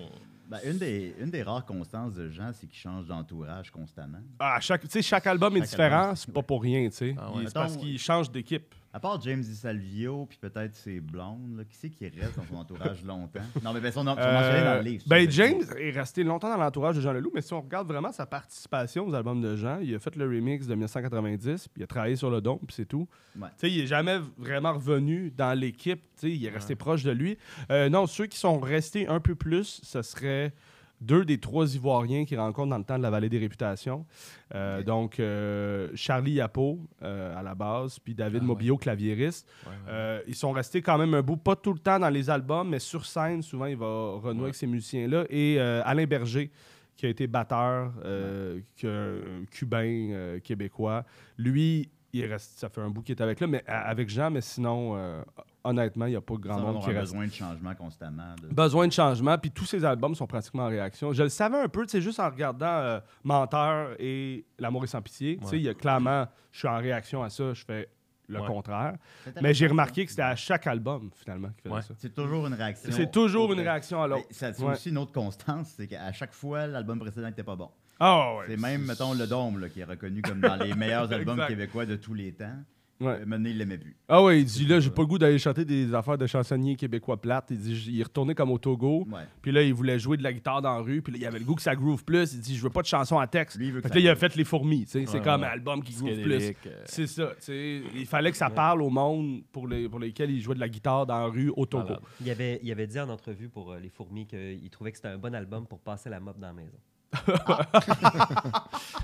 Ben, une, des, une des rares constances de Jean, c'est qu'il change d'entourage constamment.
Ah, chaque, tu sais, chaque album est
Chaque
différent,
album,
c'est pas pour rien, tu sais.
Ah ouais.
Il- C'est parce
Mettons-
qu'il change d'équipe.
À part James DiSalvio, puis peut-être ses blondes, là, qui c'est qui reste dans son entourage
[laughs]
longtemps? Non, mais ben, son nom,
Euh,
dans le livre.
ben James est resté longtemps dans l'entourage de Jean Leloup, mais si on regarde vraiment sa participation aux albums de Jean, il a fait le remix de 1990, puis il a travaillé sur le Dôme, puis c'est tout.
Ouais.
Tu sais, il est jamais vraiment revenu dans l'équipe, tu sais, il est resté proche de lui. Euh, non, ceux qui sont restés un peu plus, ce serait deux des trois Ivoiriens qu'il rencontre dans le temps de la Vallée des Réputations. Euh, Donc, euh, Charlie Yapo euh, à la base, puis David
Ah,
Mobio, claviériste.
Ouais, ouais.
Euh, ils sont restés quand même un bout, pas tout le temps dans les albums, mais sur scène, souvent, il va renouer avec ces musiciens-là. Et euh, Alain Berger, qui a été batteur, euh, qui est un cubain, euh, québécois, lui, il reste, ça fait un bout qu'il est avec, là, mais, à- avec Jean, mais sinon, euh, honnêtement, il n'y a pas grand
on
monde qui
aura
reste. Ben,
besoin de changement constamment. de-
Besoin de changement, puis tous ces albums sont pratiquement en réaction. Je le savais un peu, tu sais, juste en regardant euh, Menteur et L'amour est sans pitié. Tu sais, il y a clairement, je suis en réaction à ça, je fais le
Ouais.
contraire.
C'est
Mais j'ai
intéressant,
remarqué
ça.
que c'était à chaque album, finalement, qu'il faisait
Ouais.
ça.
C'est toujours une réaction.
C'est toujours
au-
une réaction à
Mais
l'autre.
Ça, c'est
Ouais.
aussi une autre constance, c'est qu'à chaque fois, l'album précédent n'était pas bon.
Ah ouais.
C'est même, mettons, Le Dôme, là, qui est reconnu comme dans les [laughs] meilleurs albums
Exact.
québécois de tous les temps.
Ouais.
Euh, Maintenant, il l'aimait plus.
Ah ouais, il dit là, j'ai pas le goût d'aller chanter des affaires de chansonniers québécois plates. Il dit, j- il est retourné comme au Togo.
Ouais.
Puis là, il voulait jouer de la guitare dans la rue. Puis là, il avait le goût que ça groove plus. Il dit, je veux pas de chansons à texte.
Lui, il veut que
Fait que
ça
là, il a
groove.
fait les fourmis. tu sais. C'est
Ouais,
comme
ouais.
un album qui groove plus.
Psychédélique, euh,
C'est ça. tu sais. Il fallait que ça parle au monde pour, les, pour lesquels il jouait de la guitare dans la rue au Togo.
malade.
Il avait, il avait dit en entrevue pour euh, Les Fourmis qu'il trouvait que c'était un bon album pour passer la mop dans la maison.
Ah,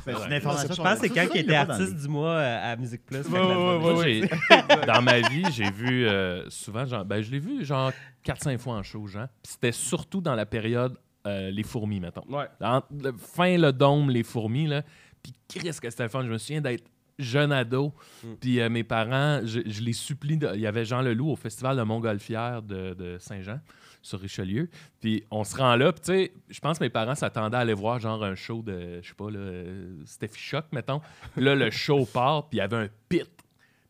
C'est une
Je
information.
pense que c'est
Ça, ça,
quand il
il
était
l'a pas dans le
artiste du mois euh, à à Musique Plus. fait que
[laughs] ouais,
l'album-
ouais,
Moi, j'ai- dans ma vie, j'ai vu euh, souvent, genre, ben, je l'ai vu genre 4-5 fois en show, Jean. Puis C'était surtout dans la période euh, les fourmis, mettons.
Ouais.
Dans le- fin le dôme, les fourmis, là. Puis Chris, que c'était le fun. Je me souviens d'être jeune ado. Puis euh, mes parents, je, je les supplie. de- Il y avait Jean Leloup au festival de Montgolfière de, de Saint-Jean, sur Richelieu. Puis on se rend là. Puis tu sais, je pense que mes parents s'attendaient à aller voir genre un show de, je sais pas, là, euh, Steffi Choc, mettons. Puis là, le show part, puis il y avait un pit.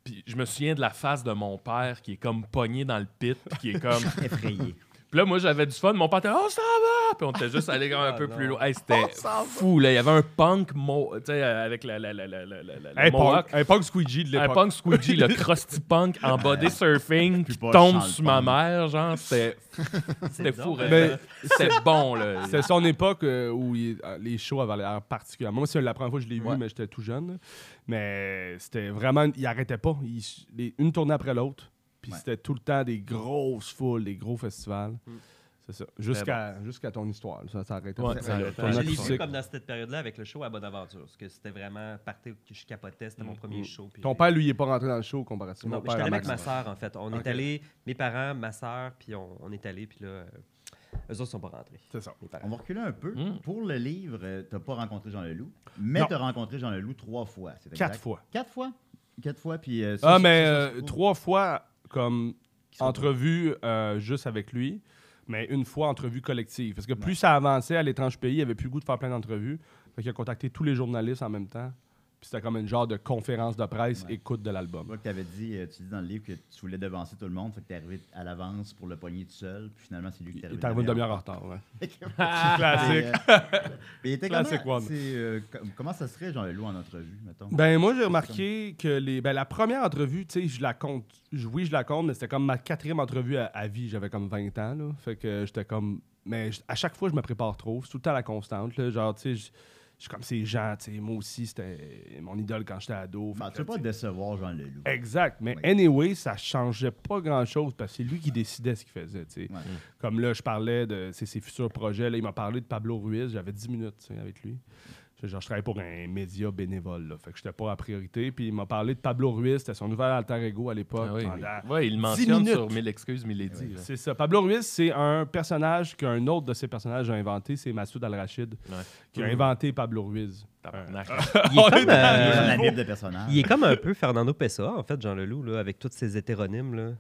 Puis je me souviens de la face de mon père qui est comme pogné dans le pit, puis qui
[laughs]
est comme...
Effrayé.
Puis là, moi, j'avais du fun. Mon père était « On s'en va! » Puis on était juste allé quand même un peu
Ah,
plus
non.
loin. Hey, c'était fou, là. Il y avait un punk, mo- tu sais, euh, avec la, la, la, la, la, la- la-
Un
mohawk.
punk, un punk squeegee de
Un
l'époque.
punk squeegee,
[laughs]
le crusty punk en body surfing qui
poche
tombe
sans le
sur ma
punk.
mère, genre, [laughs] c'était c'était
C'est
fou.
donc,
Mais-
raide. C'était bon, là. Ah
C'était son époque euh, où il- euh, les shows avaient l'air particulièrement. Moi, c'est la première fois que je l'ai
Ouais.
vu, mais j'étais tout jeune. Mais c'était vraiment. Il arrêtait pas. Il s- les- une tournée après l'autre. Puis
Ouais.
c'était tout le temps des grosses foules, des gros festivals. C'est ça. Jusqu'à jusqu'à ton histoire. là. Ça s'arrête.
Ouais, ça-
Ça- ça-
je
ton
je l'ai
optique.
vu comme dans cette période-là avec le show à Bonaventure. Parce que c'était vraiment parti que je capotais, c'était mon premier show. puis
Mm, Ton
j'ai-
père, lui, il est pas rentré dans le show comparativement
Non,
au
mais j'étais
père à
allé avec
Max.
ma soeur, en fait. On est allé, mes parents, ma soeur, puis on, on est allé, puis là, euh, eux autres sont pas rentrés.
C'est ça.
Mes parents.
On va reculer un peu.
Mm.
Pour le livre, euh, t'as pas rencontré Jean Leloup, mais
Hmm. Non.
t'as rencontré Jean Leloup trois fois. c'est exact?
Quatre fois.
Quatre fois. Quatre fois, puis... euh, ça,
Ah,
ça,
mais
ça, ça,
euh,
c'est cool.
trois fois comme
Qui sont
entrevue euh, juste avec lui, mais une fois entrevue collective. Parce que plus
Ouais.
ça avançait à l'étrange pays, il avait plus le goût de faire plein d'entrevues. Fait qu'il a contacté tous les journalistes en même temps. Puis c'était comme une genre de conférence de presse
Ouais.
écoute de l'album.
Je vois que t'avais dit, euh, tu dis dans le livre que tu voulais devancer tout le monde, fait que t'es arrivé à l'avance pour le poignet tout seul, puis finalement, c'est lui qui
Il
t'est arrivé.
est arrivé une
derrière.
demi-heure en retard. hein. ouais.
[laughs] Mais,
Classique.
euh, mais il était
Classic
comment,
one.
c'est, euh, com- comment ça serait Jean Leloup en entrevue, mettons?
Ben moi j'ai remarqué que les ben, la première entrevue, tu sais, je la compte, je- oui, je la compte, mais c'était comme ma quatrième entrevue à, à vie, j'avais comme 20 ans là, fait que j'étais comme mais j- à chaque fois je me prépare trop, c'est tout le temps la constante là, genre tu sais, je- je suis comme ces gens, tu sais, moi aussi c'était mon idole quand j'étais ado. fait
Ben,
que,
tu veux pas
tu sais,
décevoir Jean Leloup.
Exact, mais
Ouais.
anyway, ça changeait pas grand-chose parce que c'est lui qui décidait ce qu'il faisait, tu sais.
Ouais.
Comme là, je parlais de ses, ses futurs projets. Là, il m'a parlé de Pablo Ruiz. J'avais 10 minutes tu sais, avec lui. Je- Genre, je travaillais pour un média bénévole. Là, fait que j'étais pas à priorité. Puis il m'a parlé de Pablo Ruiz. C'était son nouvel alter ego à l'époque.
Ah oui.
pendant-
Ouais, il le
10
mentionne
minutes.
sur Mille excuses, mille et dix, là.
C'est ça. Pablo Ruiz, c'est un personnage qu'un autre de ses personnages a inventé. C'est Massoud Al-Rachid
Ouais.
qui
Mm.
a inventé Pablo Ruiz.
[laughs] Tabarnak.
Il
Oh,
est comme,
C'est comme
euh,
la Bible de personnage.
[laughs]
il est comme un peu Fernando Pessoa, en fait, Jean Leloup, là, avec tous ses hétéronymes. Là.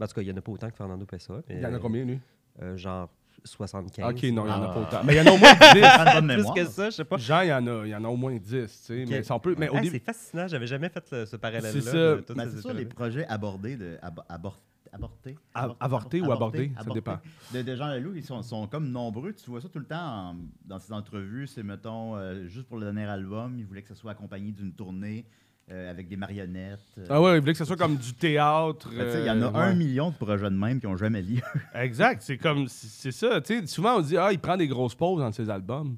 En tout cas, il y en a pas autant que Fernando Pessoa. mais,
Il y en a combien, lui?
euh, Genre 75.
Ok, non, il y en a pas
Ah.
autant. Mais [laughs] il y en a
[laughs]
au moins 10.
Pas de bonne
Plus
mémoire.
que ça, je sais pas.
Jean, il y en a, il y en a au moins 10, tu sais. Mais, ça, on peut- mais au
Ah,
début,
C'est fascinant, j'avais jamais fait le- ce parallèle-là.
C'est ça.
de tous
Ben,
ces
c'est sûr, les
hétéronymes.
projets abordés, de, ab- abor- abortés,
A-
abor-
avortés ou abordés, ça dépend.
De, de Jean Leloup, ils sont, sont comme nombreux. Tu vois ça tout le temps en- dans ses entrevues. C'est, mettons, euh, juste pour le dernier album, il voulait que ça soit accompagné d'une tournée euh, avec des marionnettes. euh.
Ah ouais, il voulait que ce soit comme du théâtre.
Ben, tu sais, Il y en a
euh,
un
ouais.
million de projets de même qui n'ont jamais lieu.
Exact, c'est comme c'est ça, tu sais, souvent on dit ah, il prend des grosses pauses dans ses albums,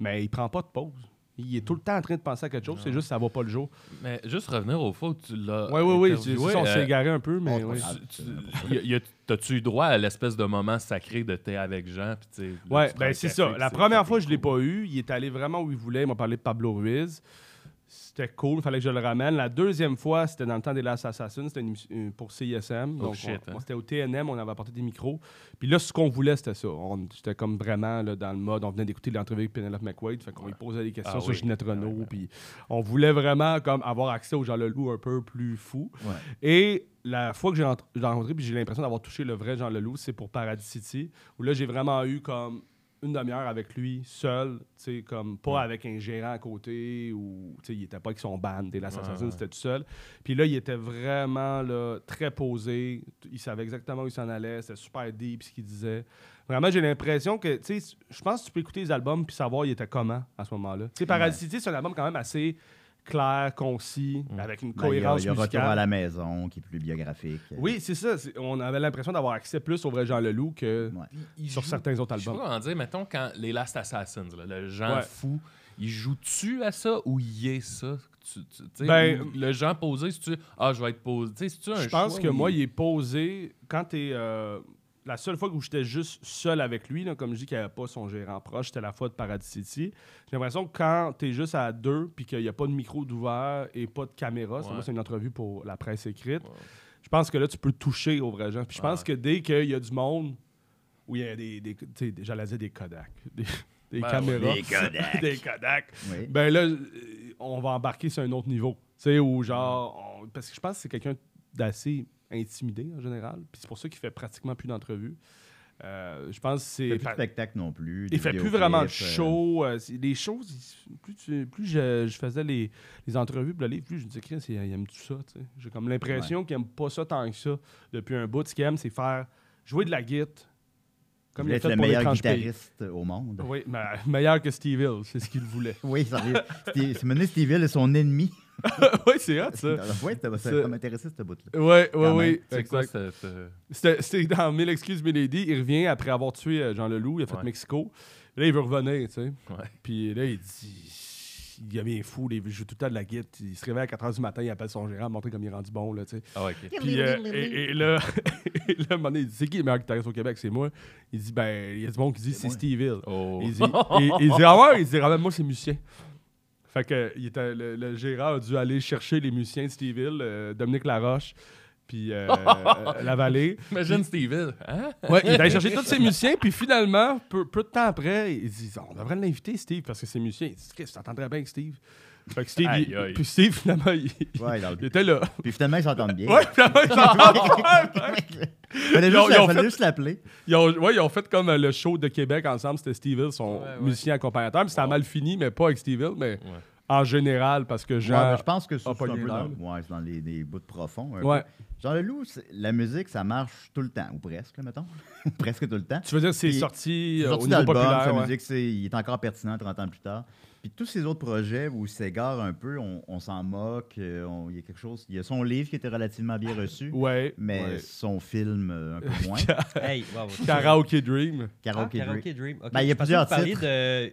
mais il prend pas de pause. Il est tout le temps en train de penser à quelque chose, c'est juste que ça va pas le jour.
Mais juste revenir au fois où tu l'as.
Ouais ouais ouais, c'est
interviewé,
ça, on
euh,
s'est égaré un peu mais
on-
ouais.
Ah,
tu- y a- y a- T'as-tu eu droit à l'espèce de moment sacré de t'es avec Jean? Puis tu sais, là,
Ouais,
tu prends
ben
un
c'est
café,
ça.
puis
La
c'est-
première
c'est
fois, je l'ai
cool.
pas eu. Il est allé vraiment où il voulait. Il m'a parlé de Pablo Ruiz. C'était cool, fallait que je le ramène. La deuxième fois, c'était dans le temps des Last Assassins, c'était une émission- euh, pour CISM.
Oh
donc,
shit,
on-
hein.
on- c'était au TNM, on avait apporté des micros. Puis là, ce qu'on voulait, c'était ça. On- C'était comme vraiment là, dans le mode, on venait d'écouter l'entrevue avec Penelope McQuaid, fait qu'on lui posait des questions
Ah
sur
oui.
Ginette Renault. Puis on voulait vraiment comme avoir accès aux gens le loup un peu plus fou.
Ouais.
Et la fois que j'ai rentré- j'ai rencontré, puis j'ai l'impression d'avoir touché le vrai Jean Leloup, c'est pour Paradis City, où là, j'ai vraiment eu comme une demi-heure avec lui, seul, tu sais, comme pas avec un gérant à côté, ou, tu sais, il était pas avec son band, et l'assassin,
Ouais, ouais.
c'était tout seul. Puis là, il était vraiment, là, très posé, T- il savait exactement où il s'en allait, c'était super deep ce qu'il disait. Vraiment, j'ai l'impression que, tu sais, je pense que tu peux écouter les albums puis savoir il était comment à ce moment-là. Tu sais, Paradis City, c'est un album quand même assez clair, concis, avec une
Ben, il y a,
cohérence
il y a Retour
musicale.
à la maison qui est plus biographique.
Oui, c'est ça. c'est- On avait l'impression d'avoir accès plus au vrai Jean Leloup que
Ouais.
Il
sur
joue-
certains autres
Je sais pas
albums.
comment dire, mettons, quand les Last Assassins, là, le Jean
Ouais.
fou, il joue-tu à ça ou il est ça? Tu- tu- tu sais,
Ben,
ou le Jean posé, si tu Ah, je vais être posé. Tu sais, c'est-tu un
Je pense
choix
que
ou-
moi, il est posé. Quand t'es. euh, la seule fois où j'étais juste seul avec lui, là, comme je dis qu'il n'y avait pas son gérant proche, c'était la fois de Paradis City. J'ai l'impression que quand t'es juste à deux puis qu'il n'y a pas de micro d'ouvert et pas de caméra, c'est-
Ouais.
moi, c'est une entrevue pour la presse écrite.
Ouais.
Je pense que là, tu peux toucher au vrai Jean. Puis je pense
Ouais.
que dès qu'il y a du monde, où il y a des. des tu sais, des- j'allais dire des Kodak, des, [laughs] des
Ben,
caméras.
des
Kodak. des Kodak.
Oui.
Ben là, euh, on va embarquer sur un autre niveau. Tu sais, où genre. on- parce que je pense que c'est quelqu'un d'assez intimidé en général. Puis c'est pour ça qu'il fait pratiquement plus d'entrevues. Euh, je pense que c'est.
Il fait plus de spectacle non plus.
Il
des
fait plus
vidéoclips,
vraiment
euh,
de show. euh, c'est- les shows, il- plus, tu- plus je, je faisais les, les entrevues, puis le livre, plus je me disais, Chris, il, il aime tout ça. tu sais. J'ai comme l'impression qu'il aime pas ça tant que ça depuis un bout. Ce qu'il aime, c'est faire jouer de la guitare.
Il
Comme il
voulait
a
être
fait
le
pour
meilleur
l'étrange pays.
guitariste au monde.
Oui, mais meilleur que Steve Hill, c'est ce qu'il voulait.
Oui,
[laughs]
sérieux. C'était- C'est mené Steve Hill et son ennemi.
oui, c'est hot, ça.
[laughs] Oui, ça
Ça-
ça m'intéressait, ce bout-là.
Oui, oui,
Quand même.
oui.
C'est quoi
exact.
cette. euh,
C'était c'était dans Mille excuses, Milady. Il revient après avoir tué euh, Jean Leloup. Il a fait
Ouais.
Mexico. Là, il veut revenir, tu sais.
Ouais.
Puis là, il dit il devient fou, il joue tout le temps de la guitare. Il se réveille à 4 h du matin, il appelle son gérant, montrer comme il est rendu bon, là, tu sais.
Ah, ok.
Puis, euh, et, et là, [laughs] et là, à un moment donné, il dit C'est qui le meilleur guitariste au Québec C'est moi. Il dit Ben, il y a du monde qui dit c'est Steve Hill.
Oh.
Il dit, il, il
[laughs]
dit Ah ouais Il dit Ah ben, moi, c'est musicien. Fait que il était, le, le gérant a dû aller chercher les musiciens de Steve Hill, euh, Dominique Laroche,
[laughs]
puis euh, euh, La Vallée.
Imagine Steve Hill. Hein?
Ouais, il est allé chercher tous ses musiciens, puis finalement, peu, peu de temps après, il dit On devrait l'inviter, Steve, parce que c'est musicien. Il dit Chris, t'entendrais bien avec Steve. Fait que Steve,
Aïe,
il-
aïe.
puis Steve, finalement, il, il
Ouais, donc,
était là.
Puis finalement, ils s'entendent bien. [laughs]
Ouais, [laughs] finalement, il s'entend bien.
Fallait
Ils ont-
juste,
ils ont
fallait
fait-
juste l'appeler.
Ils ont, ouais, ils ont fait comme euh, le show de Québec ensemble, c'était Steve Hill, son
Ouais, ouais.
musicien accompagnateur. Puis C'était mal fini, mais pas avec Steve Hill, mais en général, parce que
Ouais,
genre.
mais je pense que c'est
a
c'est un
pogné
peu dans,
l'âme.
ouais, c'est dans les, les bouts de profond. un
Ouais.
peu. Jean Leloup, c'est- la musique, ça marche tout le temps, ou presque, mettons. [laughs] presque tout le temps.
Tu veux dire que c'est
Puis-
sorti
C'est
euh,
sorti
au
dans
niveau
l'album, sa
populaire? ouais.
musique, c'est- il est encore pertinent 30 ans plus tard. Puis tous ces autres projets où il s'égare un peu, on, on s'en moque, euh, on- il y a quelque chose. Il y a son livre qui était relativement bien reçu,
[laughs] Ouais.
mais
ouais.
son film euh, un peu
[laughs]
moins.
Hey, wow.
Karaoke Dream.
Karaoke
Ah,
Dream.
Karaoke Dream. ok.
Ben, il y a
Je pensais
plusieurs
que vous parliez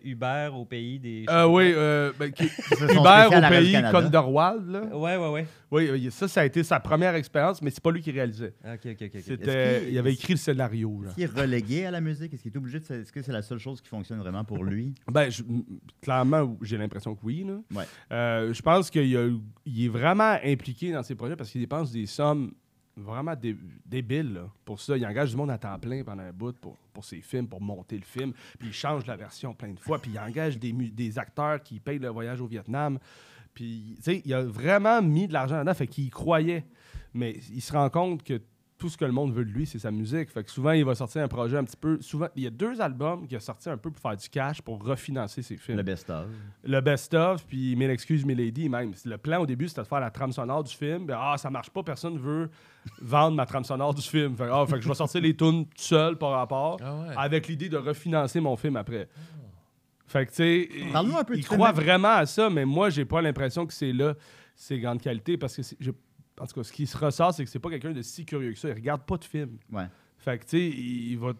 de Uber au pays des.
Euh, oui, euh,
[laughs]
ben, qui-
C'est son
Hubert
spécial
au
à
pays,
Radio-Canada.
Condorwald, là.
Ouais, ouais, ouais.
Oui, euh, ça, ça a été sa première expérience, mais c'est pas lui qui réalisait.
Ah, Ok, ok, ok. ok.
Est-ce
C'était,
qu'il-
il avait écrit le scénario, là.
Est-ce qu'il est relégué à la musique? Est-ce qu'il est obligé de. se- Est-ce que c'est la seule chose qui fonctionne vraiment pour
[laughs]
lui?
Ben, je- m- clairement, j'ai l'impression que oui. là.
Ouais.
Euh, je pense qu'il a- il est vraiment impliqué dans ces projets parce qu'il dépense des sommes vraiment dé- débiles là, pour ça. Il engage du monde à temps plein pendant un bout pour, pour ses films, pour monter le film. Puis il change la version plein de fois. Puis il engage des, mu- des acteurs qui payent le voyage au Vietnam. Puis, tu sais, il a vraiment mis de l'argent là-dedans. Fait qu'il y croyait. Mais il se rend compte que tout ce que le monde veut de lui, c'est sa musique. Fait que souvent, il va sortir un projet un petit peu. Souvent, il y a deux albums qu'il a sortis un peu pour faire du cash, pour refinancer ses films.
Le best-of.
Le best-of, puis Mille excuses, Milady, même. Le plan au début, c'était de faire la trame sonore du film. Ben, ah, ça marche pas, personne veut vendre ma trame sonore du film. Fait, que, ah, fait que je vais sortir les tunes tout seul par rapport,
Ah ouais. Ah.
avec l'idée de refinancer mon film après. Fait que, tu sais, il-
Parle-nous un peu
il
du
croit
film.
vraiment à ça, mais moi, j'ai pas l'impression que c'est là ses grandes qualités, parce que, c'est- j'ai- en tout cas, ce qui se ressort, c'est que c'est pas quelqu'un de si curieux que ça. Il regarde pas de film.
Ouais.
Fait que, tu sais, il va,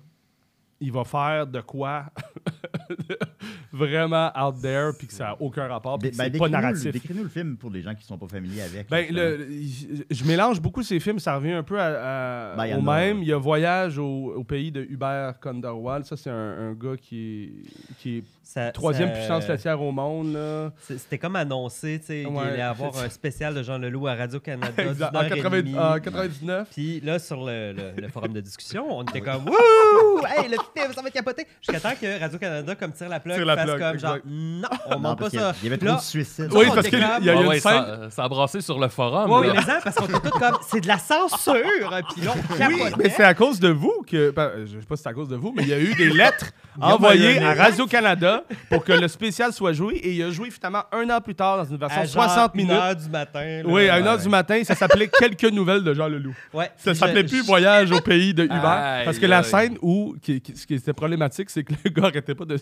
il va faire de quoi [laughs] vraiment out there, puis que ça n'a aucun rapport, Ah, puis
Dé-
que
ben,
c'est
décris-nous
pas
le-
narratif.
Décris-nous le film pour les gens qui sont pas familiers avec.
Ben,
justement.
le- je- je mélange beaucoup ces films, ça revient un peu à, à-
Ben, y
au
en a-
même. Il y a Voyage au, au pays de Hubert Conderwall. Ça, c'est un, un gars qui est, qui est
Ça-
troisième
ça-
puissance laitière au monde. là.
C'est- C'était comme annoncé, tu sais, qu'il
Ouais.
allait avoir un spécial de Jean Leloup à Radio-Canada. d'une
Exact.
heure
En,
et
80
demie.
en 99.
Puis là, sur le, le- le forum de discussion, on était comme Wouh! Hey, le film, ça va capoter! Jusqu'à temps que Radio-Canada, comme tire la plaque,
Tire la
fasse
plug,
comme genre
exact.
Non, on
Non,
monte pas
parce qu'il y
ça.
a- Il y avait
Là,
trop de suicides.
Oui,
on
parce
était
qu'il y a, il y a
Ah
une
ouais,
scène.
ça, ça a brassé sur le forum.
Ouais,
là.
oui, mais ça, parce qu'on était tous comme c'est de la censure! hein, Puis là, on capotait.
Mais c'est à cause de vous que. ben, je sais pas si c'est à cause de vous, mais il y a eu
[laughs]
des lettres envoyées à Radio-Canada pour que le spécial soit joué et il a joué finalement un an plus tard dans une version
à genre
60 minutes.
une heure du matin. là.
Oui, à
Ouais,
1h
ouais.
du matin,
[laughs]
ça s'appelait Quelques nouvelles de Jean Leloup.
Ouais.
Ça
Puis
s'appelait
je-
plus
je-
Voyage au pays de Hubert.
Aïe,
Parce que la
aïe.
scène où. qui- qui- ce qui était problématique, c'est que le gars arrêtait pas de,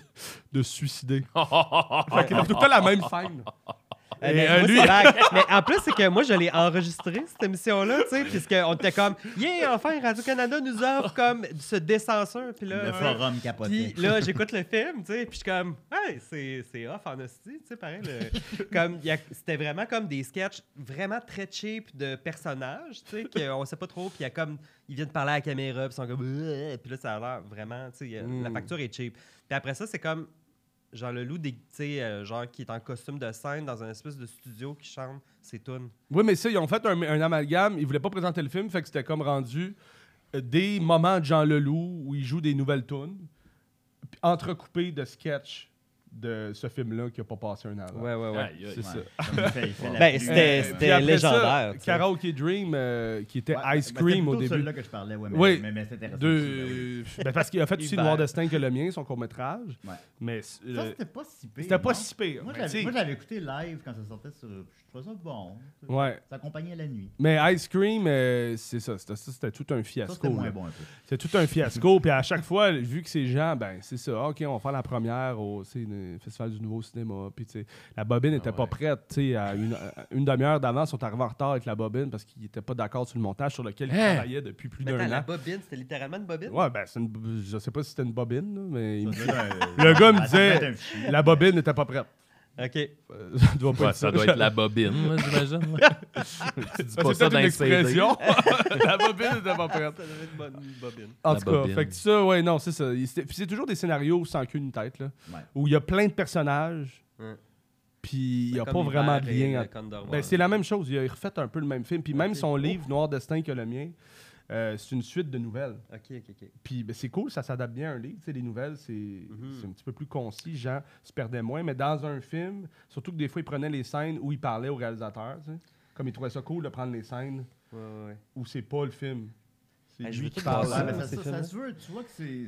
de se suicider. Fait qu'il a tout le temps la même scène.
Euh,
Et,
mais
euh,
moi,
lui-
c'est vague. mais en plus, c'est que moi, je l'ai enregistré, cette émission-là, tu sais, puisqu'on était comme, yeah, enfin, Radio-Canada nous offre comme ce décenseur. Puis là, euh,
Le
ouais.
forum capoté.
Puis [laughs] là, j'écoute le film, tu sais, puis je suis comme, hey, c'est, c'est off en hostie, tu sais, pareil. [laughs] le- comme, il y a- c'était vraiment comme des sketchs vraiment très cheap de personnages, tu sais, qu'on sait pas trop, puis il y a comme, ils viennent parler à la caméra, puis ils sont comme, Euh puis là, ça a l'air vraiment, tu sais, il y a- la facture est cheap. Puis après ça, c'est comme Jean Leloup, des, tu sais, euh, genre, qui est en costume de scène dans un espèce de studio qui chante ses tunes.
Oui, mais ça, ils ont fait un, un amalgame. Ils voulaient pas présenter le film, fait que c'était comme rendu euh, des moments de Jean Leloup où il joue des nouvelles tunes, puis entrecoupés de sketchs de ce film-là qui a pas passé un an. avant.
ouais,
Aïe, aïe.
C'est ça.
[laughs] Ben,
Euh,
c'était,
puis
c'était
après
légendaire.
Ça,
tu sais.
Karaoke Dream, euh, qui était Ice Cream au
C'est
début.
là que je parlais, ouais, mais,
Oui.
mais, mais c'est intéressant aussi,
De... Ben, parce qu'il a fait aussi
Hubert.
Noir Destin que le mien, son court-métrage.
Ouais.
Mais c-
ben oui. Ça,
euh,
c'était pas si pire.
c'était pas
non?
si pire. Ben,
Moi,
Mais
j'avais-
t'sais,
moi, j'avais écouté live quand ça sortait sur. Je trouvais ça bon.
ouais.
Ça accompagnait la nuit.
Mais Ice Cream, euh, c'est ça. C'était ça, c'était tout un
Ça,
fiasco.
c'était moins
là.
bon un
[laughs]
peu.
C'est tout un
[laughs]
fiasco. Puis à chaque fois, vu que ces gens, ben c'est ça, OK, on va faire la première au tu sais, le Festival du Nouveau Cinéma. Puis tu sais, la bobine
Ah
n'était pas prête. tu sais, À une, à une demi-heure d'avance, on est arrivé en retard avec la bobine parce qu'ils n'étaient pas d'accord sur le montage sur lequel ils
Hein?
travaillaient depuis plus
Mais
d'un
attends, la
an.
bobine, c'était littéralement une bobine?
Ouais, ben c'est une, je sais pas si c'était une bobine, là, mais il me- [laughs]
Ça,
le gars
euh, ça devait
me disait-
être un fichier.
la bobine n'était pas prête. Euh,
OK.
[laughs] ça doit
[laughs] Ouais, ça doit
[laughs]
être la bobine, là, j'imagine. là. tu dis pas
Ah, C'est
ça
peut-être
dans
une
les CD.
expression.
[laughs]
la bobine n'était pas prête.
Ça devait être une bonne bobine.
En
La
tout cas,
bobine.
fait que ça, ouais, non, c'est ça. Il- c'est- Puis c'est toujours des scénarios sans queue ni tête, là.
Ouais.
Où il y a plein de personnages,
Ouais.
puis il n'y a
Ben, Comme
pas vraiment de
Hiver et
lien.
le
entre-
Condor
Ben,
War.
c'est la même chose. Il a refait un peu le même film. Puis même
Ok.
son livre, Noir Destin, que le mien, euh, c'est une suite de nouvelles.
OK, OK, OK.
Puis ben, c'est cool, ça s'adapte bien à un livre. Tu sais, les nouvelles, c'est
Mhm.
c'est un petit peu plus concis, gens se perdaient moins. Mais dans un film, surtout que des fois, ils prenaient les scènes où ils parlaient au réalisateur. tu sais. Comme ils trouvaient ça cool de prendre les scènes
Ouais, ouais, ouais.
où c'est pas le film. C'est
Ah, je veux
lui qui
tout
parle.
voir
Ouais,
ça.
mais
à-
ça,
ces
ça-
films-là.
ça se veut, tu vois que c'est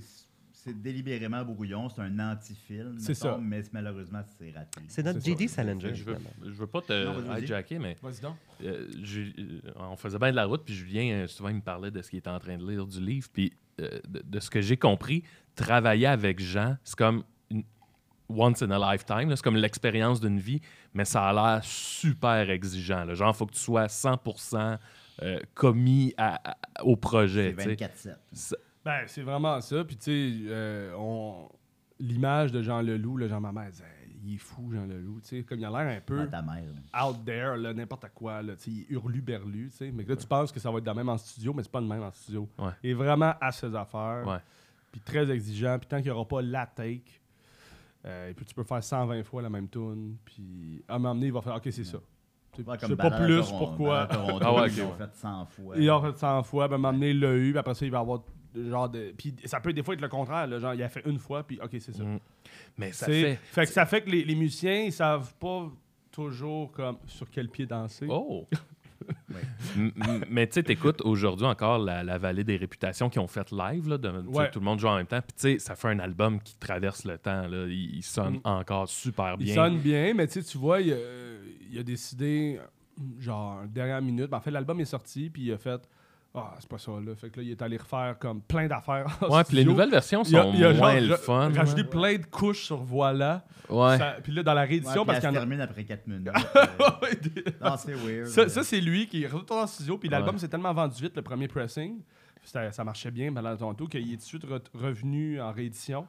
c'est délibérément brouillon, c'est un anti-film.
C'est
mettons,
ça.
Mais malheureusement, c'est raté.
C'est notre
C'est ça.
JD Salinger.
Je veux,
finalement.
je veux pas
Non, vas-y,
te
vas-y.
hijacker, mais
Vas-y donc.
euh, Ju- euh, on faisait bien de la route, puis Julien, euh, souvent, il me parlait de ce qu'il était en train de lire du livre, puis euh, de, de ce que j'ai compris, travailler avec Jean, c'est comme une once in a lifetime, là, c'est comme l'expérience d'une vie, mais ça a l'air super exigeant. là. Genre, il faut que tu sois 100% euh, commis à- à- au
C'est
projet. tu sais.
24-7.
Ben, c'est vraiment ça. Puis, tu sais, euh, on... l'image de Jean Leloup, là, Jean Maman, elle disait, il est fou, Jean Leloup. Tu sais, comme il a l'air un peu
Dans ta mère. là.
out there, là, n'importe quoi, là, tu sais, il est hurlu-berlu. tu sais. Mais là, tu penses que ça va être de même en studio, mais c'est pas de même en studio.
Ouais.
Il est vraiment à ses affaires.
Ouais.
Puis très exigeant. Puis tant qu'il n'y aura pas la take, euh, et puis tu peux faire 120 fois la même tune. Puis à un moment donné, il va faire OK, c'est ça. Tu sais,
Ouais,
Je
comme
sais pas
Balade à
plus
Toronto-
pourquoi.
Balade à Toronto,
Ah ouais,
ils
ok,
l'ont fait 100 fois.
Il a fait 100 fois, ben, m'amener il l'a eu, puis après ça, il va avoir genre de. Puis ça peut des fois être le contraire, là, genre il a fait une fois, puis ok, c'est ça.
Mm. Mais ça
C'est-
fait...
fait que ça fait que les, les musiciens, ils savent pas toujours comme sur quel pied danser. [laughs]
Oh! M- m- Mais tu sais, t'écoutes aujourd'hui encore la, la vallée des réputations qui ont fait live, là, de, tu sais,
Ouais.
tout le monde joue en même temps. Puis tu sais, ça fait un album qui traverse le temps. Là. Il, il sonne
Mm.
encore super
Il
bien.
sonne bien, mais tu sais, tu vois, il, a- il a décidé, genre, dernière minute. Ben, en fait, l'album est sorti, puis il a fait Ah, c'est pas ça, là. Fait que là, il est allé refaire comme plein d'affaires. en
Ouais, puis les
studio.
nouvelles versions sont
Il a, il a
moins
genre
le
ra-
fun.
rajouté
là.
plein de couches sur Voilà.
Ouais.
Ça- Puis là, dans la
Ouais,
réédition,
puis
parce
elle
qu'il
se
y en a.
termine après 4
[laughs]
minutes. euh, non, c'est weird.
Ça, ça, c'est lui qui est retourné en studio, puis l'album
Euh. Ouais.
s'est tellement vendu vite, le premier pressing, c'était- ça marchait bien pendant Toronto, qu'il est tout de suite re- revenu en réédition.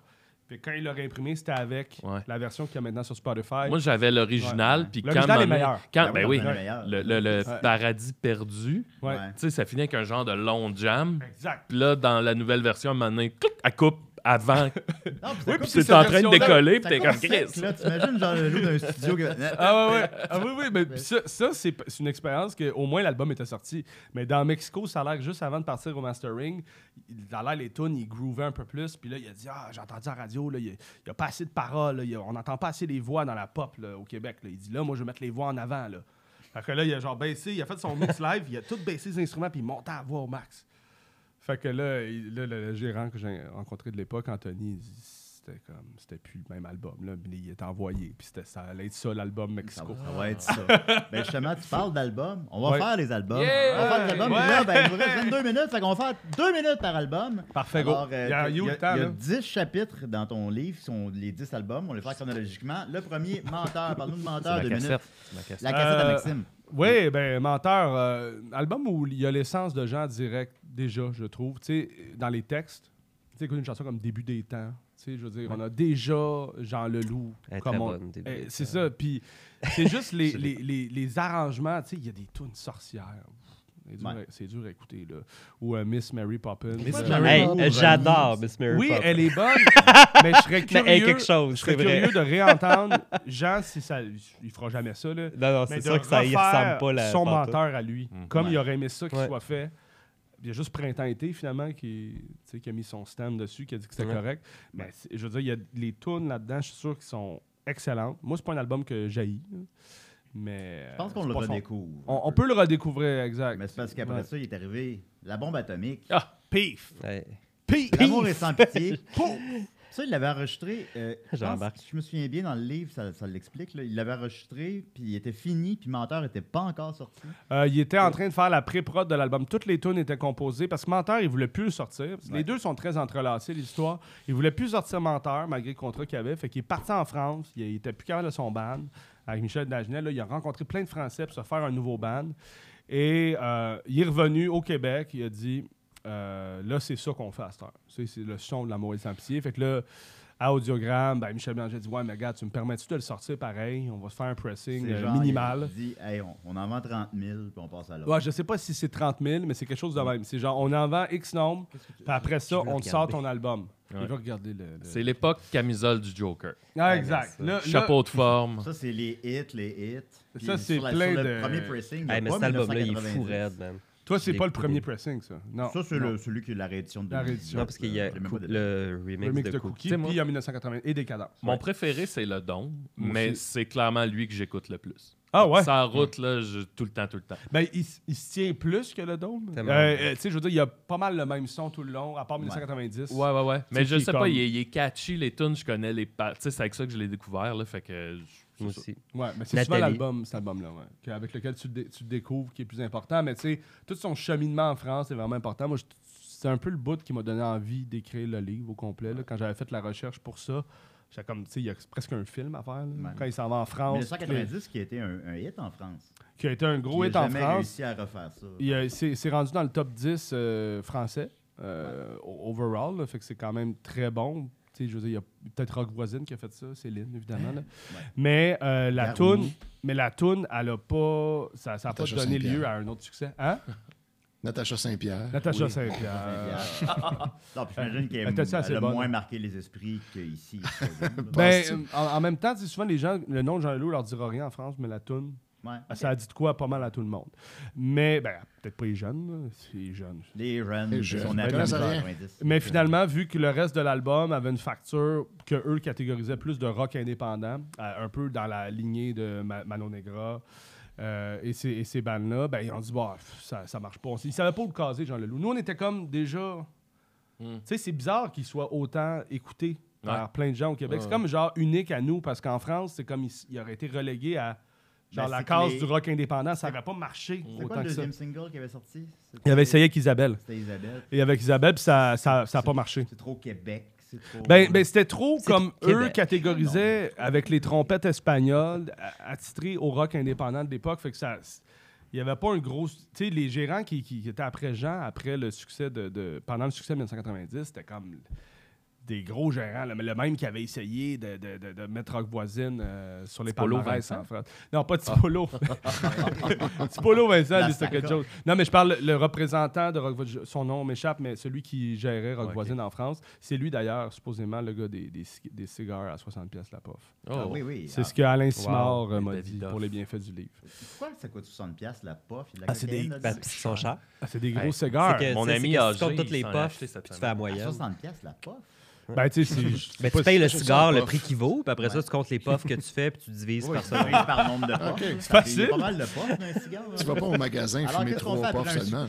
Puis quand il l'a réimprimé, c'était avec
Ouais.
la version qu'il y a maintenant sur Spotify.
Moi, j'avais l'original.
Ouais, ouais.
Puis quand.
L'original est
m'en-
meilleur.
quand-
Ouais,
ben oui,
ouais, meilleur.
le, le- le
Ouais.
paradis perdu.
Ouais.
Ouais.
Tu sais, ça finit avec un genre de long jam.
Exact.
Puis là, dans la nouvelle version, à un moment donné, clic, elle coupe
[laughs]
avant.
Non, puis ça
Oui,
coupe-
puis
c'est
cette
en train de
version-là,
décoller.
ça
Puis t'es
coupe
comme
sec,
Chris.
là, T'imagines genre le loup d'un studio.
[laughs]
qui-
Ah ouais, ouais. Ah oui, oui, mais puis ça, ça, c'est p- c'est une expérience que au moins l'album était sorti. Mais dans Mexico, ça a l'air que juste avant de partir au mastering, il- dans l'air les tunes, il groovait un peu plus. Puis là, il a dit Ah, j'ai entendu à la radio, là, il n'y a, il y a pas assez de paroles, là, il y a- on n'entend pas assez les voix dans la pop là, au Québec. là. Il dit Là, moi, je vais mettre les voix en avant. Là. Fait que là, il a genre baissé, il a fait son mix live, il a tout baissé ses instruments, puis il montait à voix au max. Fait que là, il- là, le, le gérant que j'ai rencontré de l'époque, Anthony, il dit, c'était comme c'était plus le même album là, puis il est envoyé puis c'était ça allait être ça l'album
Ça
Mexico.
va- ouais,
[laughs]
c'est ça. Ben justement, tu parles d'albums. On va
Ouais.
faire les albums.
Yeah!
On va faire les albums. puis
Ouais.
là, ben, il nous reste 22 minutes. Fait qu'on va faire 2 minutes par album.
Parfait, go.
Alors, euh,
Il y a
il
eu
y
le temps,
a, il y a
là.
10 chapitres dans ton livre, qui sont les 10 albums. On les fait chronologiquement. Le premier, Menteur. Parle-nous de
Ah,
C'est ma
Menteur, 2 minutes.
cassette. c'est ma cassette.
La cassette à
Euh,
Maxime.
Oui, ben menteur, euh, album où il y a l'essence de gens direct déjà, je trouve. Tu sais, dans les textes, tu sais, écoute une chanson comme Début des temps. Tu sais, je veux dire, on a déjà Jean Leloup.
Elle est
comme
très
on-
bonne, Début
Eh,
des
C'est
temps.
ça. Puis c'est
[laughs]
juste les,
Je l'ai
les, les- les arrangements. Tu sais, il y a des tunes sorcières. C'est dur, à-
Ouais.
c'est dur à écouter, là. Ou euh, Miss Mary Poppins.
Miss
Euh,
Mary
Hey,
Pauvre
j'adore
Alice.
Miss Mary
Oui,
Poppins.
elle
[laughs]
est bonne, mais je serais
Mais
curieux,
elle est quelque chose,
je serais
c'est vrai.
curieux de réentendre Jean si ça. Il fera jamais ça,
Non, non,
là. Mais
Ah, c'est
de
sûr que ça y
refaire
ressemble pas. La
son
pantoute.
menteur à lui.
Mm.
Comme il aurait aimé ça qu'il
Ouais.
soit fait. Il y a juste printemps-été, finalement, qui, tu sais, qui a mis son stand dessus, qui a dit que c'était
Ouais.
correct. Mais c'est- je veux dire, il y a les tunes là-dedans, je suis sûr qu'ils sont excellentes. Moi, c'est pas un album que j'haïs. là. Mais.
Je pense qu'on
euh, c'est
le
pas son-
redécouvre.
On, on peut le redécouvrir, exact.
Mais c'est parce qu'après
Ouais.
ça, il est arrivé la bombe atomique.
Ah,
Pif!
Ouais.
Pif!
L'amour est sans pitié.
[laughs]
Pouf! Ça, il l'avait enregistré. euh, je pense-
J'embarque.
Je me souviens bien dans le livre, ça, ça l'explique. là. Il l'avait enregistré, puis il était fini, puis Menteur n'était pas encore sorti.
Euh, il était en train de faire la pré-prod de l'album. Toutes les tunes étaient composées parce que Menteur, il voulait plus le sortir. Parce que Les
Ouais.
deux sont très entrelacés, l'histoire. Il voulait plus sortir Menteur malgré le contrat qu'il avait. Fait qu'il est parti en France. Il, il était plus capable de son band. Avec Michel Dagenet, là, il a rencontré plein de Français pour se faire un nouveau band. Et euh, il est revenu au Québec. Il a dit euh, Là, c'est ça qu'on fait à cette heure. C'est c'est le son de l'amour et sans pitié. Fait que là, à Audiogramme, ben, Michel Blanchet dit Ouais, mais gars, tu me permets-tu de le sortir pareil On va se faire un pressing
C'est
euh,
genre,
minimal.
il dit, Hey, on, on en vend 30 000, puis on passe à l'autre.
Ouais, je sais pas si c'est 30 000, mais c'est quelque chose de même. C'est genre, on en vend X nombre, puis après ça,
je veux
on te sort
regarder.
ton album.
Ouais.
Il va regarder le. le-
C'est l'époque camisole du Joker.
Ah, exact.
Ouais,
Là- là-
Chapeau de
[laughs]
forme.
Ça, c'est les hits, les hits. Puis
Ça, c'est
sur la-
plein
sur
de-
le premier pressing. il y a
Hey, mais
pas
cet album-là, il est
1990.
fou raide, man.
Toi, c'est
je
pas
l'ai
le premier
écouté.
pressing, ça. Non.
Ça, c'est
non.
le- celui qui est la réédition de
La
2000.
réédition.
Non, parce qu'il y a
Le même
Cou-
modèle.
le remix,
Remix
de,
de
Cookie.
Cookie,
Tu sais, moi-
puis en 1980, et des cadavres.
Mon préféré, c'est le Don,
Moi
mais
aussi.
c'est clairement lui que j'écoute le plus.
Ah ouais?
Sa route, là, je- tout le temps, tout le temps.
Ben, il, s- il se tient plus que le dôme.
Tellement.
Euh, euh, tu sais, je veux dire, il y a pas mal le même son tout le long, à part
Ouais.
1990.
Ouais, ouais, ouais. Mais
C'est
je
qui,
sais
comme-
pas, il est, il est catchy, les tunes, je connais les pa- Tu sais, c'est avec ça que je l'ai découvert, là, fait que... je- c'est
Moi
ça.
aussi.
Ouais, mais c'est souvent
Nathalie.
l'album, cet album-là, ouais, que- avec lequel tu, le dé- tu le découvres qui est plus important. Mais tu sais, tout son cheminement en France est vraiment important. Moi, je- c'est un peu le bout qui m'a donné envie d'écrire le livre au complet. là. Quand j'avais fait la recherche pour ça, j'étais comme, tu sais, il y a presque un film à faire. là.
Ouais.
Quand il s'en va en France, qui
1990 qui a été un, un hit en France.
qui a été un gros
Qui a
hit en
jamais
France,
réussi à refaire ça.
il a- c'est c'est rendu dans le top 10 euh, français, euh, o- overall. là. fait que c'est quand même très bon. Tu sais, je veux dire, il y a peut-être Rock Voisine qui a fait ça, Céline, évidemment. là. Mais, euh, la
Garou.
toune, mais la toune, elle a pas. Ça n'a pas
Natacha
donné
Saint-Pierre.
lieu à un autre succès. Hein?
Natacha Saint-Pierre.
[laughs]
Natacha
Oui.
[laughs] Saint-Pierre.
non, puis j'imagine qu'elle
Elle était assez
elle a
bonne.
moins marqué les esprits
[laughs]
qu'ici.
Ben, euh, en, en même temps, tu sais, souvent, les gens, le nom de Jean Leloup leur dira rien en France, mais la toune,
Ouais.
ça a dit de quoi pas mal à tout le monde. Mais, ben, peut-être pas les jeunes, là, c'est les jeunes.
Les jeunes,
Les
c'est ce
jeunes.
qu'on
Ben,
appelle
là,
les
ça vient.
90.
Mais finalement, vu que le reste de l'album avait une facture que eux catégorisaient plus de rock indépendant, euh, un peu dans la lignée de Ma- Manon Negra euh, et ces, et ces bandes-là, ben, ils ont dit bah, pff, ça, ça marche pas. Ils savaient pas où le caser, Jean Leloup. Nous, on était comme déjà. Tu sais, c'est bizarre qu'il soit autant écouté par
Hmm. Ouais.
plein de gens au Québec.
Ouais,
C'est comme genre unique à nous, parce qu'en France, c'est comme il, s- il aurait été relégué à genre
Ben,
la
c'est que
case
les-
du rock indépendant. Ça n'aurait pas marché
C'est quoi
autant
le
que ça.
deuxième single qui avait sorti C'était-
Il avait essayé avec Isabelle.
C'était Isabelle.
Et avec Isabelle, puis ça n'a ça, ça a pas marché.
C'est trop Québec. C'est trop. euh,
Ben, ben, c'était trop
euh, C'est
comme
trop
eux
Québec.
catégorisaient avec les trompettes espagnoles, a- attitrées au rock indépendant de l'époque. Fait que ça. Il n'y avait pas un gros. Tu sais, les gérants qui, qui- qui étaient après Jean, après le succès de. de- pendant le succès de 1990, c'était comme des gros gérants. là, mais le même qui avait essayé de, de- de- de mettre Rock Voisine euh, sur les
Tipolo
palmarès
Vincent.
en France. Non, pas
Ah. [laughs]
Tipolo. Tipolo Vincent,
La
lui, c'était quelque
Stacca.
chose. Non, mais je parle le représentant de Rock Voisine. Son nom m'échappe, mais celui qui gérait Rock
Ouais, ok.
Voisine en France, c'est lui d'ailleurs, supposément, le gars des, des, ci- des cigares à 60$ piastres la pof.
Oh.
Ah oui, oui.
C'est
Ah,
ce que Alain Simard euh,
et
m'a dit
Davidoff.
pour les bienfaits du livre.
Pourquoi ça coûte 60$ la pof et de la
Ah, c'est des-
cocaïne, là,
Ben,
dessus?
parce qu'ils sont chers.
Ah, c'est des gros
Hey,
cigares.
C'est que-
Mon
c'est-
ami
c'est que
âgé,
tu comptes toutes
il
les
s'en est
puffs,
acheté
puis
cette
tu fais
semaine.
la
Ah,
moyenne.
60$ la pof
Ben, tu sais, c'est- je sais
Ben, tu
pas si-
payes le
si-
cigare, le
puff.
prix qu'il vaut, puis après ça, tu comptes les puffs que tu fais, puis tu divises
[laughs]
Oui,
par
ça
ça.
divise par nombre de puffs. Parce
Ok.
qu'il y a
Facile.
pas mal de puffs dans un cigare.
Tu vas pas au magasin
Alors,
fumer
qu'est-ce qu'on
trois
fait Oh, après
puffs
un [laughs]
seulement.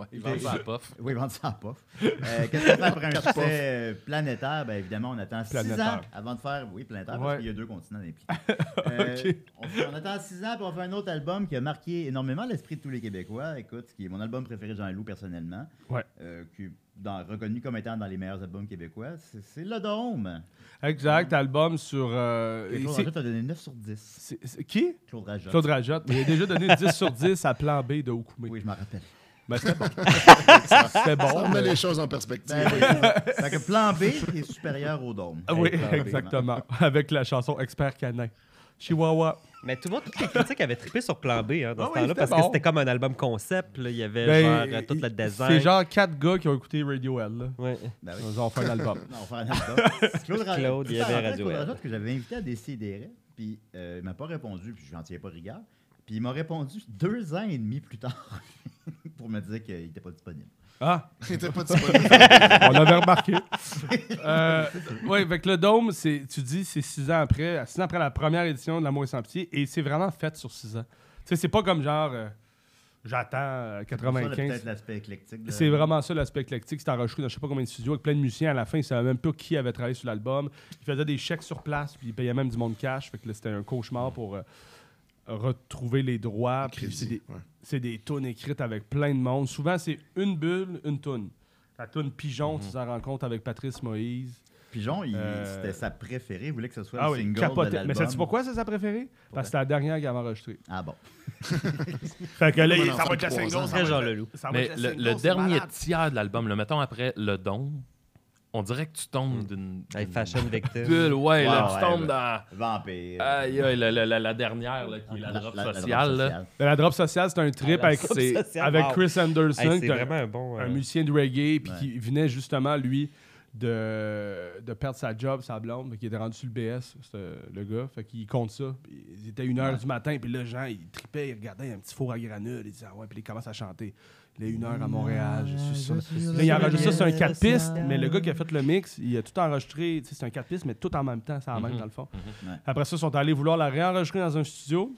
Ouais, il vend
Ah
ça à la puff.
Oui, vendre ça à
[laughs]
pof. Euh, Qu'est-ce qu'on fait après un succès euh, planétaire? Ben, évidemment, on attend 6
Planétaire.
ans avant de faire. Oui, planétaire,
Ouais.
parce qu'il y a deux continents
[laughs]
impliqués. Euh, on, on attend 6 ans, puis on fait un autre album qui a marqué énormément l'esprit de tous les Québécois. Écoute, qui est mon album préféré de Jean-Loup personnellement.
Ouais.
Euh, qui est dans- reconnu comme étant dans les meilleurs albums québécois. C'est c'est Le Dôme.
Exact, album sur. euh,
Et Claude
c'est-
Rajotte a donné 9 sur 10.
c'est- c'est- qui
Claude Rajotte.
Claude Rajotte. Il a déjà donné 10 sur 10 à Plan B de Okoumé.
Oui, je m'en
[laughs]
rappelle.
Ben, c'était bon. c'était
Ça
bon.
remet
mais-
les choses en perspective.
Ben, oui. fait que plan B qui est supérieur au Dôme.
Ah Oui,
Plan B,
exactement. Avec la chanson Expert Canin. Chihuahua.
Mais tout le monde, toutes les critiques avaient trippé sur Plan B hein, dans
Ah
ce
oui,
temps-là,
c'était
parce
bon.
que c'était comme un album concept. là, Il y avait
Ben,
genre euh, tout le design.
C'est genre quatre gars qui ont écouté Radio L. là.
Ouais.
Ben oui.
Ils ont fait un album.
Non, on fait un album.
[laughs]
Claude, Ra-
Claude, il y
Putain,
avait
en fait,
Radio
Claude
L.
Rajotte que j'avais invité à Décideret, puis euh, il m'a pas répondu, puis je n'en tiens pas rigueur. Puis il m'a répondu deux ans et demi plus tard [laughs] pour me dire qu'il n'était pas disponible.
Ah,
[laughs] Il était pas disponible.
on l'avait remarqué. Euh, oui, avec le Dôme, c'est- tu dis, c'est six ans après, six ans après la première édition de L'Amour et sans pitié, et c'est vraiment fait sur six ans. Tu sais, c'est pas comme genre, euh, j'attends euh,
Ça, là, peut-être
95.
l'aspect éclectique. de-
C'est vraiment ça l'aspect éclectique. C'est enregistré dans je sais pas combien de studios avec plein de musiciens. À la fin, ils savaient même pas qui avait travaillé sur l'album. Ils faisaient des chèques sur place, puis ils payaient même du monde cash. Fait que là, c'était un cauchemar pour euh, retrouver les droits. Puis c'est des,
Ouais.
c'est des tunes écrites avec plein de monde. Souvent, c'est une bulle, une tune. La tune Pigeon, tu t'en rends compte avec Patrice Moïse.
Pigeon, il-
Euh,
c'était sa préférée. Il voulait que ce soit
Ah
le
oui,
single de
capoté.
l'album.
Mais sais-tu pourquoi c'est sa préférée? Parce que c'était la dernière qu'elle avait enregistrée.
Ah bon.
Fait que là,
Comme un
il-
enfant
ça va
de
être la
trois
single,
ans.
ça va
Très
être
genre
la-
le loup.
ça va
Mais
être la
le,
single,
le
c'est
dernier
malade.
tiers de l'album, le mettons après Le Don, on on dirait que tu tombes d'une.
Hey,
d'une
fashion victim.
bulle, ouais, là,
Ouais,
tu tombes
ouais.
dans.
Vampire.
Aïe, aïe, la, la- la- la dernière, là,
Ah,
qui est la, drop sociale, là.
La drop sociale, c'est un trip
la
avec,
drop
c'est-
sociale,
avec
wow.
Chris Anderson,
Hey,
qui
c'est
est un-
vraiment un bon. euh,
un musicien de reggae, puis
Ouais.
qui venait justement, lui, de, de perdre sa job, sa blonde, qui était rendu sur le BS, ce- le gars. Fait qu'il compte ça. Puis Il était 1h du matin, puis là, gens, ils tripaient, ils regardaient un petit four à granules, ils disaient, ah ouais, puis ils commencent à chanter. Là, 1h à Montréal, je suis ça. Là, il enregistre ça sur un 4 pistes, mais le gars qui a fait le mix, il a tout enregistré. Tu sais, C'est un 4 pistes, mais tout en même temps, c'est en même dans le fond.
Mhm. Ouais.
Après ça, ils sont allés vouloir la réenregistrer dans un studio.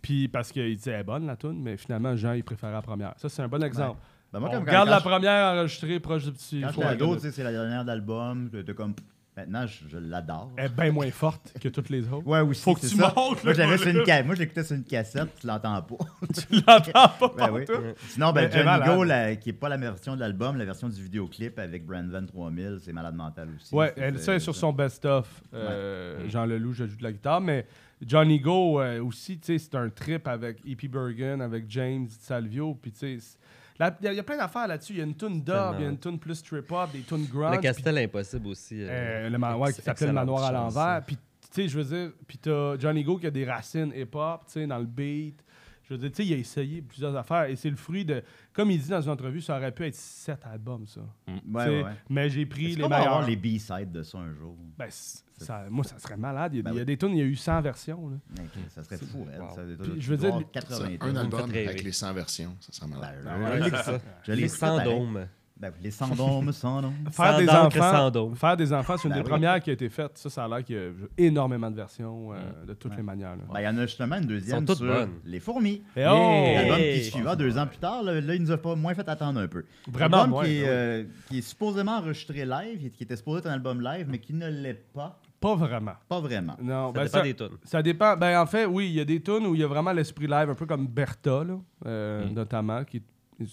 Puis parce qu'ils disaient, elle est bonne la tune, mais finalement, Jean, il préférait la première. Ça, c'est un bon exemple.
Ben, moi,
On
comme quand,
regarde
quand
la première enregistrée proche du petit
je- quand
four
j'étais
à
ado,
granules.
tu sais, c'est la dernière d'album. que T'es comme. Maintenant, je, je l'adore.
Elle est bien moins forte que toutes les [laughs] autres.
Ouais, aussi.
Eh, Faut que
c'est
tu
ça.
montes
Moi,
le
je l'avais sur une
volume.
ca- Moi, je l'écoutais sur une cassette, tu l'entends pas.
Tu l'entends pas
Ben oui.
partout.
Sinon,
Mais
ben,
elle est
Johnny
malade.
Go, la- qui n'est pas la version de l'album, la version du vidéoclip avec Brandon 3000, c'est malade mental aussi.
Ouais,
C'est-
elle,
c'est-
ça est sur son best-of. Euh, Jean Leloup, je joue de la guitare, mais Johnny Go euh, aussi, tu sais, c'est un trip avec E.P. Bergen, avec James Salvio, puis tu sais, c'est- la- il y, a- il y a plein d'affaires là-dessus. Il y a une tune dub, il y a une tune plus trip-hop, des tunes grunge.
Le
puis
Castel Impossible aussi. euh,
Euh, le manoir qui
ex-
s'appelle
excellente
le manoir à
chance,
l'envers.
ça.
Puis, tu sais, je veux dire, puis t'as Johnny Go qui a des racines hip-hop, tu sais, dans le beat. Je veux dire, tu sais, il a essayé plusieurs affaires et c'est le fruit de. Comme il dit dans une entrevue, ça aurait pu être sept albums, ça.
Ouais,
Tu
ouais,
sais,
ouais.
Mais j'ai pris
Mm. Est-ce
les
qu'on va avoir
meilleurs.
les B-sides de ça un jour?
Ben, c- ça- moi, ça serait malade. Il y a,
Ben
des- il y a
oui.
des tunes, il y a eu 100 versions. Là.
Mec, Ben, ça serait fou, elle. Ça, doit-
Puis,
doit
je veux dire,
avoir
Ça,
80
un album
rêver.
avec les 100 versions, ça serait malade.
Ben,
Ouais,
ouais,
c'est ça.
Je
Les
l'écoute,
sans
pareil.
dôme.
Ben, les sans dôme, sans
[laughs]
dôme.
Faire,
Sans
des
d'encre, sans
enfants,
dôme.
faire des enfants, c'est une
Ben
des
oui.
premières qui a été faite. Ça, ça a l'air qu'il y a énormément de versions euh, de toutes les manières. là.
Ben, Il y en a justement une deuxième
Sont toutes
sur
bonnes.
les fourmis.
Et oh!
Yeah!
L'album
Hey!
qui suivra deux ans plus tard, là, là, il nous a pas moins fait attendre un peu.
Vraiment
L'album
moins,
qui, est,
ben oui.
euh, qui est supposément enregistré live, qui était supposé être un album live, mais qui ne l'est pas.
Pas vraiment.
Pas vraiment.
Non,
Ça
ben,
dépend des tunes.
Ça dépend. Ben, en fait, oui, il y a des tunes où il y a vraiment l'esprit live, un peu comme Bertha, là, euh,
Mm.
notamment. qui est-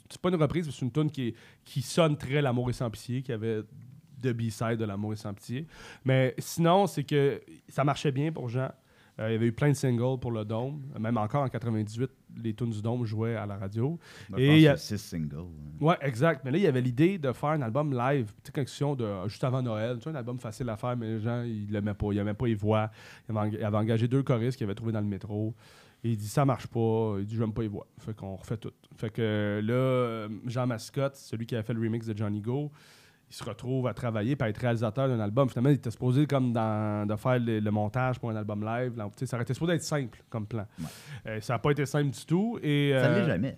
C'est pas une reprise, mais c'est une tune qui, est- qui sonne très L'amour et sans pitié, qui avait de B-side de L'amour et sans pitié. Mais sinon, c'est que ça marchait bien pour Jean. Euh, il y avait eu plein de singles pour le Dôme. Même encore en 98, les tunes du Dôme jouaient à la radio.
Ben,
Et
je pense
il y
que
a-
c'est single. hein.
Ouais, exact. Mais là, il y avait l'idée de faire un album live, tu sais, quelque chose de euh, juste avant Noël. Tu sais, un album facile à faire, mais les gens, ils l'aimaient pas. Ils n'aimaient pas les voix. Il avait, eng- il avait engagé deux choristes qu'il avait trouvé dans le métro. Et il dit, ça marche pas. Il dit, j'aime pas les voix. Fait qu'on refait tout. Fait que euh, là, euh, Jean Mascotte, celui qui a fait le remix de Johnny Go, il se retrouve à travailler puis à être réalisateur d'un album. Finalement, il était supposé comme dans, de faire le, le montage pour un album live. Là, tu sais, ça aurait été supposé être simple comme plan. Euh, ça n'a pas été simple du tout. Et,
Ça ne
euh,
l'est jamais.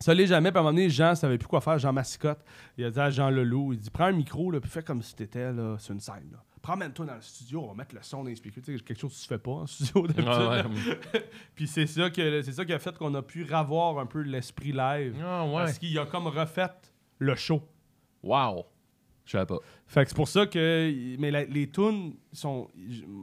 ça l'est jamais. Puis à un moment donné, Jean savait plus quoi faire. Jean Mascotte, il a dit à Jean Leloup, il dit Prends un micro, là, puis fais comme si t'étais là, sur une scène. Là. Promène-toi dans le studio, on va mettre le son dans les speakers. Tu sais, quelque chose que tu fais pas en studio d'habitude.
Ah, ouais.
[laughs] Puis c'est ça, que, c'est ça qui a fait qu'on a pu ravoir un peu l'esprit live.
Ah, ouais.
Parce qu'il a comme refait le show.
Wow. Je savais pas.
Fait que c'est pour ça que. Mais la- les tunes, sont,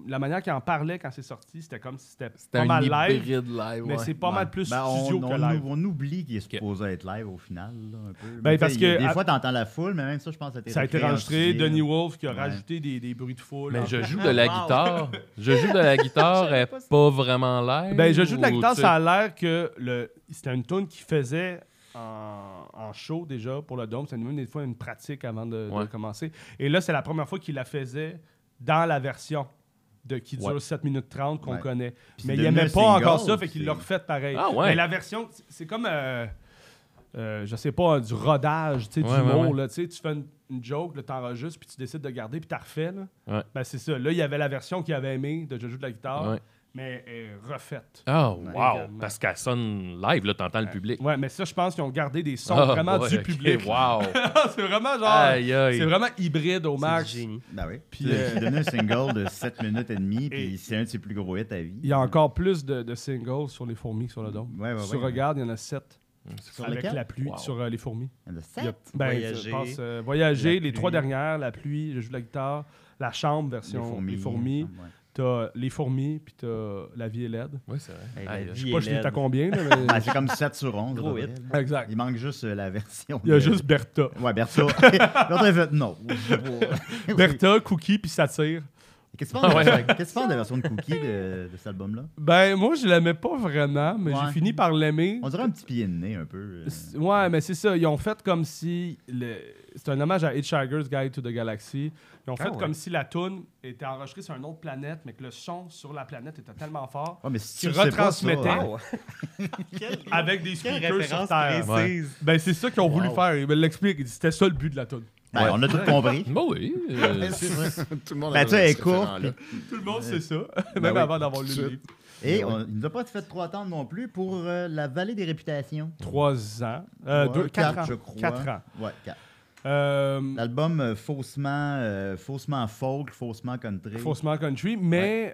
la manière qu'il en parlait quand c'est sorti, c'était comme si c'était, pas mal live.
live,
Mais c'est pas
Ouais.
mal plus
Ben, on-
studio
on,
que live.
ou- On oublie qu'il est supposé être live au final, là, un peu.
Ben,
Mais
parce
tu sais, il y a
que
Des
à-
fois, t'entends la foule, mais même ça, je pense que ça a été
Ça a été
recréé en
enregistré.
studio, là.
Denis Wolf qui a
Ouais.
rajouté des, des bruits de foule.
Mais
en
je
fait.
joue de la
Wow.
guitare. Je joue de
[laughs]
la guitare, elle est pas vraiment live.
Ben, je joue de la
ou,
guitare,
tu sais,
ça a l'air que le... c'était une tune qu'il faisait en... en show déjà pour le Dôme. C'était même des fois une pratique avant de, de
Ouais.
commencer. Et là, c'est la première fois qu'il la faisait dans la version de qui dure
Ouais.
7 minutes 30 qu'on
Ouais.
connaît.
Puis
Mais
c'est
il aimait pas
devenu un
encore
single,
ça, fait qu'il
c'est-
l'a refait pareil.
Ah ouais.
Mais la version, c'est- c'est comme, euh, euh, je sais pas, du rodage, tu sais,
Ouais,
du
ouais,
mot.
ouais.
là, tu sais, tu fais une, une joke, là, t'enregistres, puis tu décides de garder, puis t'as refait. Là.
Ouais.
Ben, c'est ça. Là, il y avait la version qu'il avait aimée de Je joue de la guitare,
Ouais.
mais elle est refaite.
Ah, wow.
également.
Parce qu'elle sonne live, là, t'entends le public.
Ouais, mais ça, je pense qu'ils ont gardé des sons
Ah,
vraiment
ouais,
du
ok,
public.
Wow.
[laughs] c'est vraiment genre.
Aïe, aïe.
C'est vraiment hybride au
C'est du
max.
génie.
Ben oui. Puis,
Puis,
il
euh,
est devenu un single de 7 minutes et demie, puis
Et-
c'est un de ses plus gros hits à vie.
Il y a encore plus de, de singles sur les fourmis que sur le don.
Ouais, ouais, ouais.
sur Regarde, il y en a sept.
Sur
avec
lequel?
la pluie,
Hum, Wow.
sur euh, les fourmis.
Il y en a
Il y a-
7.
ben,
Voyager,
je pense, euh, voyager,
la
les trois
pluie.
dernières, la pluie, je joue de la guitare, la chambre version les fourmis.
Ouais.
T'as les fourmis, puis t'as la vie est laide.
Ouais, c'est vrai.
Hey,
Aïe,
la
aïe.
Ah, Je sais pas, je
[laughs]
l'ai à combien, là,
Ben, c'est comme 7 sur 11.
Gros
à peu
hit.
près, là.
mais... [laughs] exact.
Il manque juste euh, la version.
Il y a
de-
juste Bertha. [laughs]
Ouais, Bertha. L'autre, elle fait non.
Bertha, Cookie, puis Satire.
Qu'est-ce que tu penses de la- qu'est-ce que
Ah
tu penses de la version de Cookie de, de cet album-là
Ben, moi, je l'aimais pas vraiment, mais
Ouais.
j'ai fini par l'aimer.
On dirait un petit pied de nez un peu. euh.
C'est- Ouais, mais c'est ça. Ils ont fait comme si. le- C'est un hommage à Hitchhiker's Guide to the Galaxy. Ils ont fait
ouais.
comme si la toune était enregistrée sur une autre planète, mais que le son sur la planète était tellement fort.
Ouais, Ah, mais si
Tu
le sais pas, ça,
retransmettais.
hein.
Avec des speakers sur Terre.
précise.
Ben, c'est ça qu'ils ont voulu
Wow.
faire. Ils me l'expliquent. C'était ça le but de la toune.
Ben, on a tout compris.
Bah oui.
Ah,
euh,
C'est vrai.
[laughs] Tout le monde
Ben,
avait
tu sais,
ce
elle est courte,
référent-là.
Tout le monde sait ça, [laughs] même
Ben
oui,
avant d'avoir lu
tout
le
de
livre.
[laughs] Et on, il ne nous a pas fait trop attendre non plus pour euh, la vallée des réputations.
Trois ans. Euh,
Ouais,
deux, quatre, ans.
je crois.
Quatre ans.
Ouais, quatre.
Euh,
L'album euh, faussement, euh, faussement folk, faussement country.
Faussement Country, mais
Avec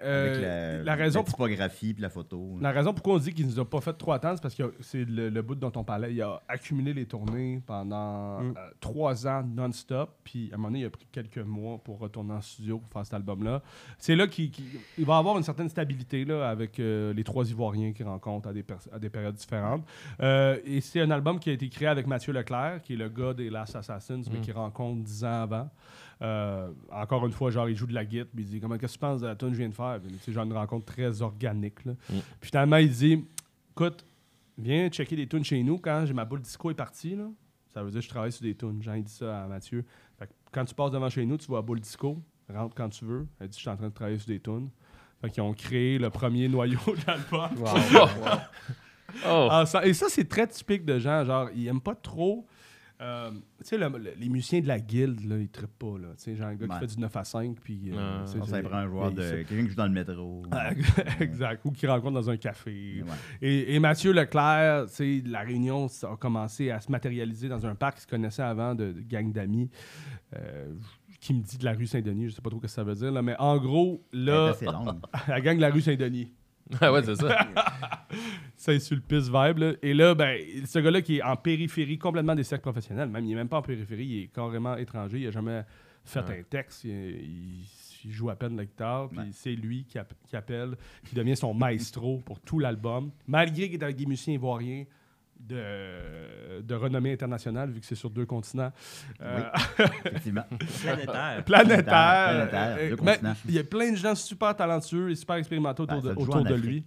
la,
euh, la, raison
la typographie puis la photo.
La raison pourquoi on dit qu'il nous a pas fait trois ans, c'est parce que c'est le, le bout dont on parlait. Il a accumulé les tournées pendant
Mm.
euh, trois ans non-stop. Puis à un moment donné, il a pris quelques mois pour retourner en studio pour faire cet album-là. C'est là qu'il qu'il- il va avoir une certaine stabilité là, avec euh, les trois Ivoiriens qu'il rencontre à des, pers- à des périodes différentes. Euh, et c'est un album qui a été créé avec Mathieu Leclerc, qui est le gars des Last Assassins, mais qui rencontre dix ans avant. Euh, encore une fois, genre, il joue de la guitare, puis il dit Comment qu'est-ce que tu penses de la tune que je viens de faire Puis, tu sais, genre une rencontre très organique. là. Puis finalement, il dit Écoute, viens checker des tunes chez nous quand j'ai ma boule disco est partie. Là, ça veut dire que je travaille sur des tunes. Jean, il dit ça à Mathieu. Fait que quand tu passes devant chez nous, tu vois la boule disco, rentre quand tu veux. Elle dit Je suis en train de travailler sur des tunes. Fait qu'ils ont créé le premier [laughs] noyau de l'album.
oh.
Ah, ça- et ça, c'est très typique de gens. Genre, ils aiment pas trop. euh, tu sais, le- le- les musiciens de la guilde, là, ils trippent pas. Là. Tu sais, genre, un gars
Ouais.
qui fait du 9 à 5, puis. euh,
Non.
tu sais,
Je pense que ça
du-
prend un joueur [laughs]
mais
de.
c'est- Ah,
Quelqu'un qui joue dans le métro.
[laughs] exact. Ou qui rencontre dans un café.
Ouais.
Et, et Mathieu Leclerc, tu sais, la réunion ça a commencé à se matérialiser dans un parc qu'il se connaissait avant de, de gang d'amis. euh, qui me dit de la rue Saint-Denis, je sais pas trop ce que ça veut dire, là, mais en gros, là,
C'est assez long.
[laughs] la gang de la rue Saint-Denis,
Ah ouais, c'est
[laughs]
ça.
Saint-Sulpice vibe, là. et là, ben, ce gars-là qui est en périphérie complètement des cercles professionnels, même, il est même pas en périphérie, il est carrément étranger, il a jamais fait un texte, il, il- il joue à peine la guitare, puis
Ouais.
c'est lui qui, app- qui appelle, qui devient son maestro pour tout l'album, malgré qu'il est un des musiciens ivoiriens de, de renommée internationale, vu que c'est sur deux continents. Euh, [laughs]
Effectivement.
Planétaire.
planétaire.
Planétaire,
Euh,
deux
mais
continents.
Il y a plein de gens super talentueux et super expérimentaux
Ben,
autour,
ça
de,
le joue
autour
en
de
Afrique.
lui.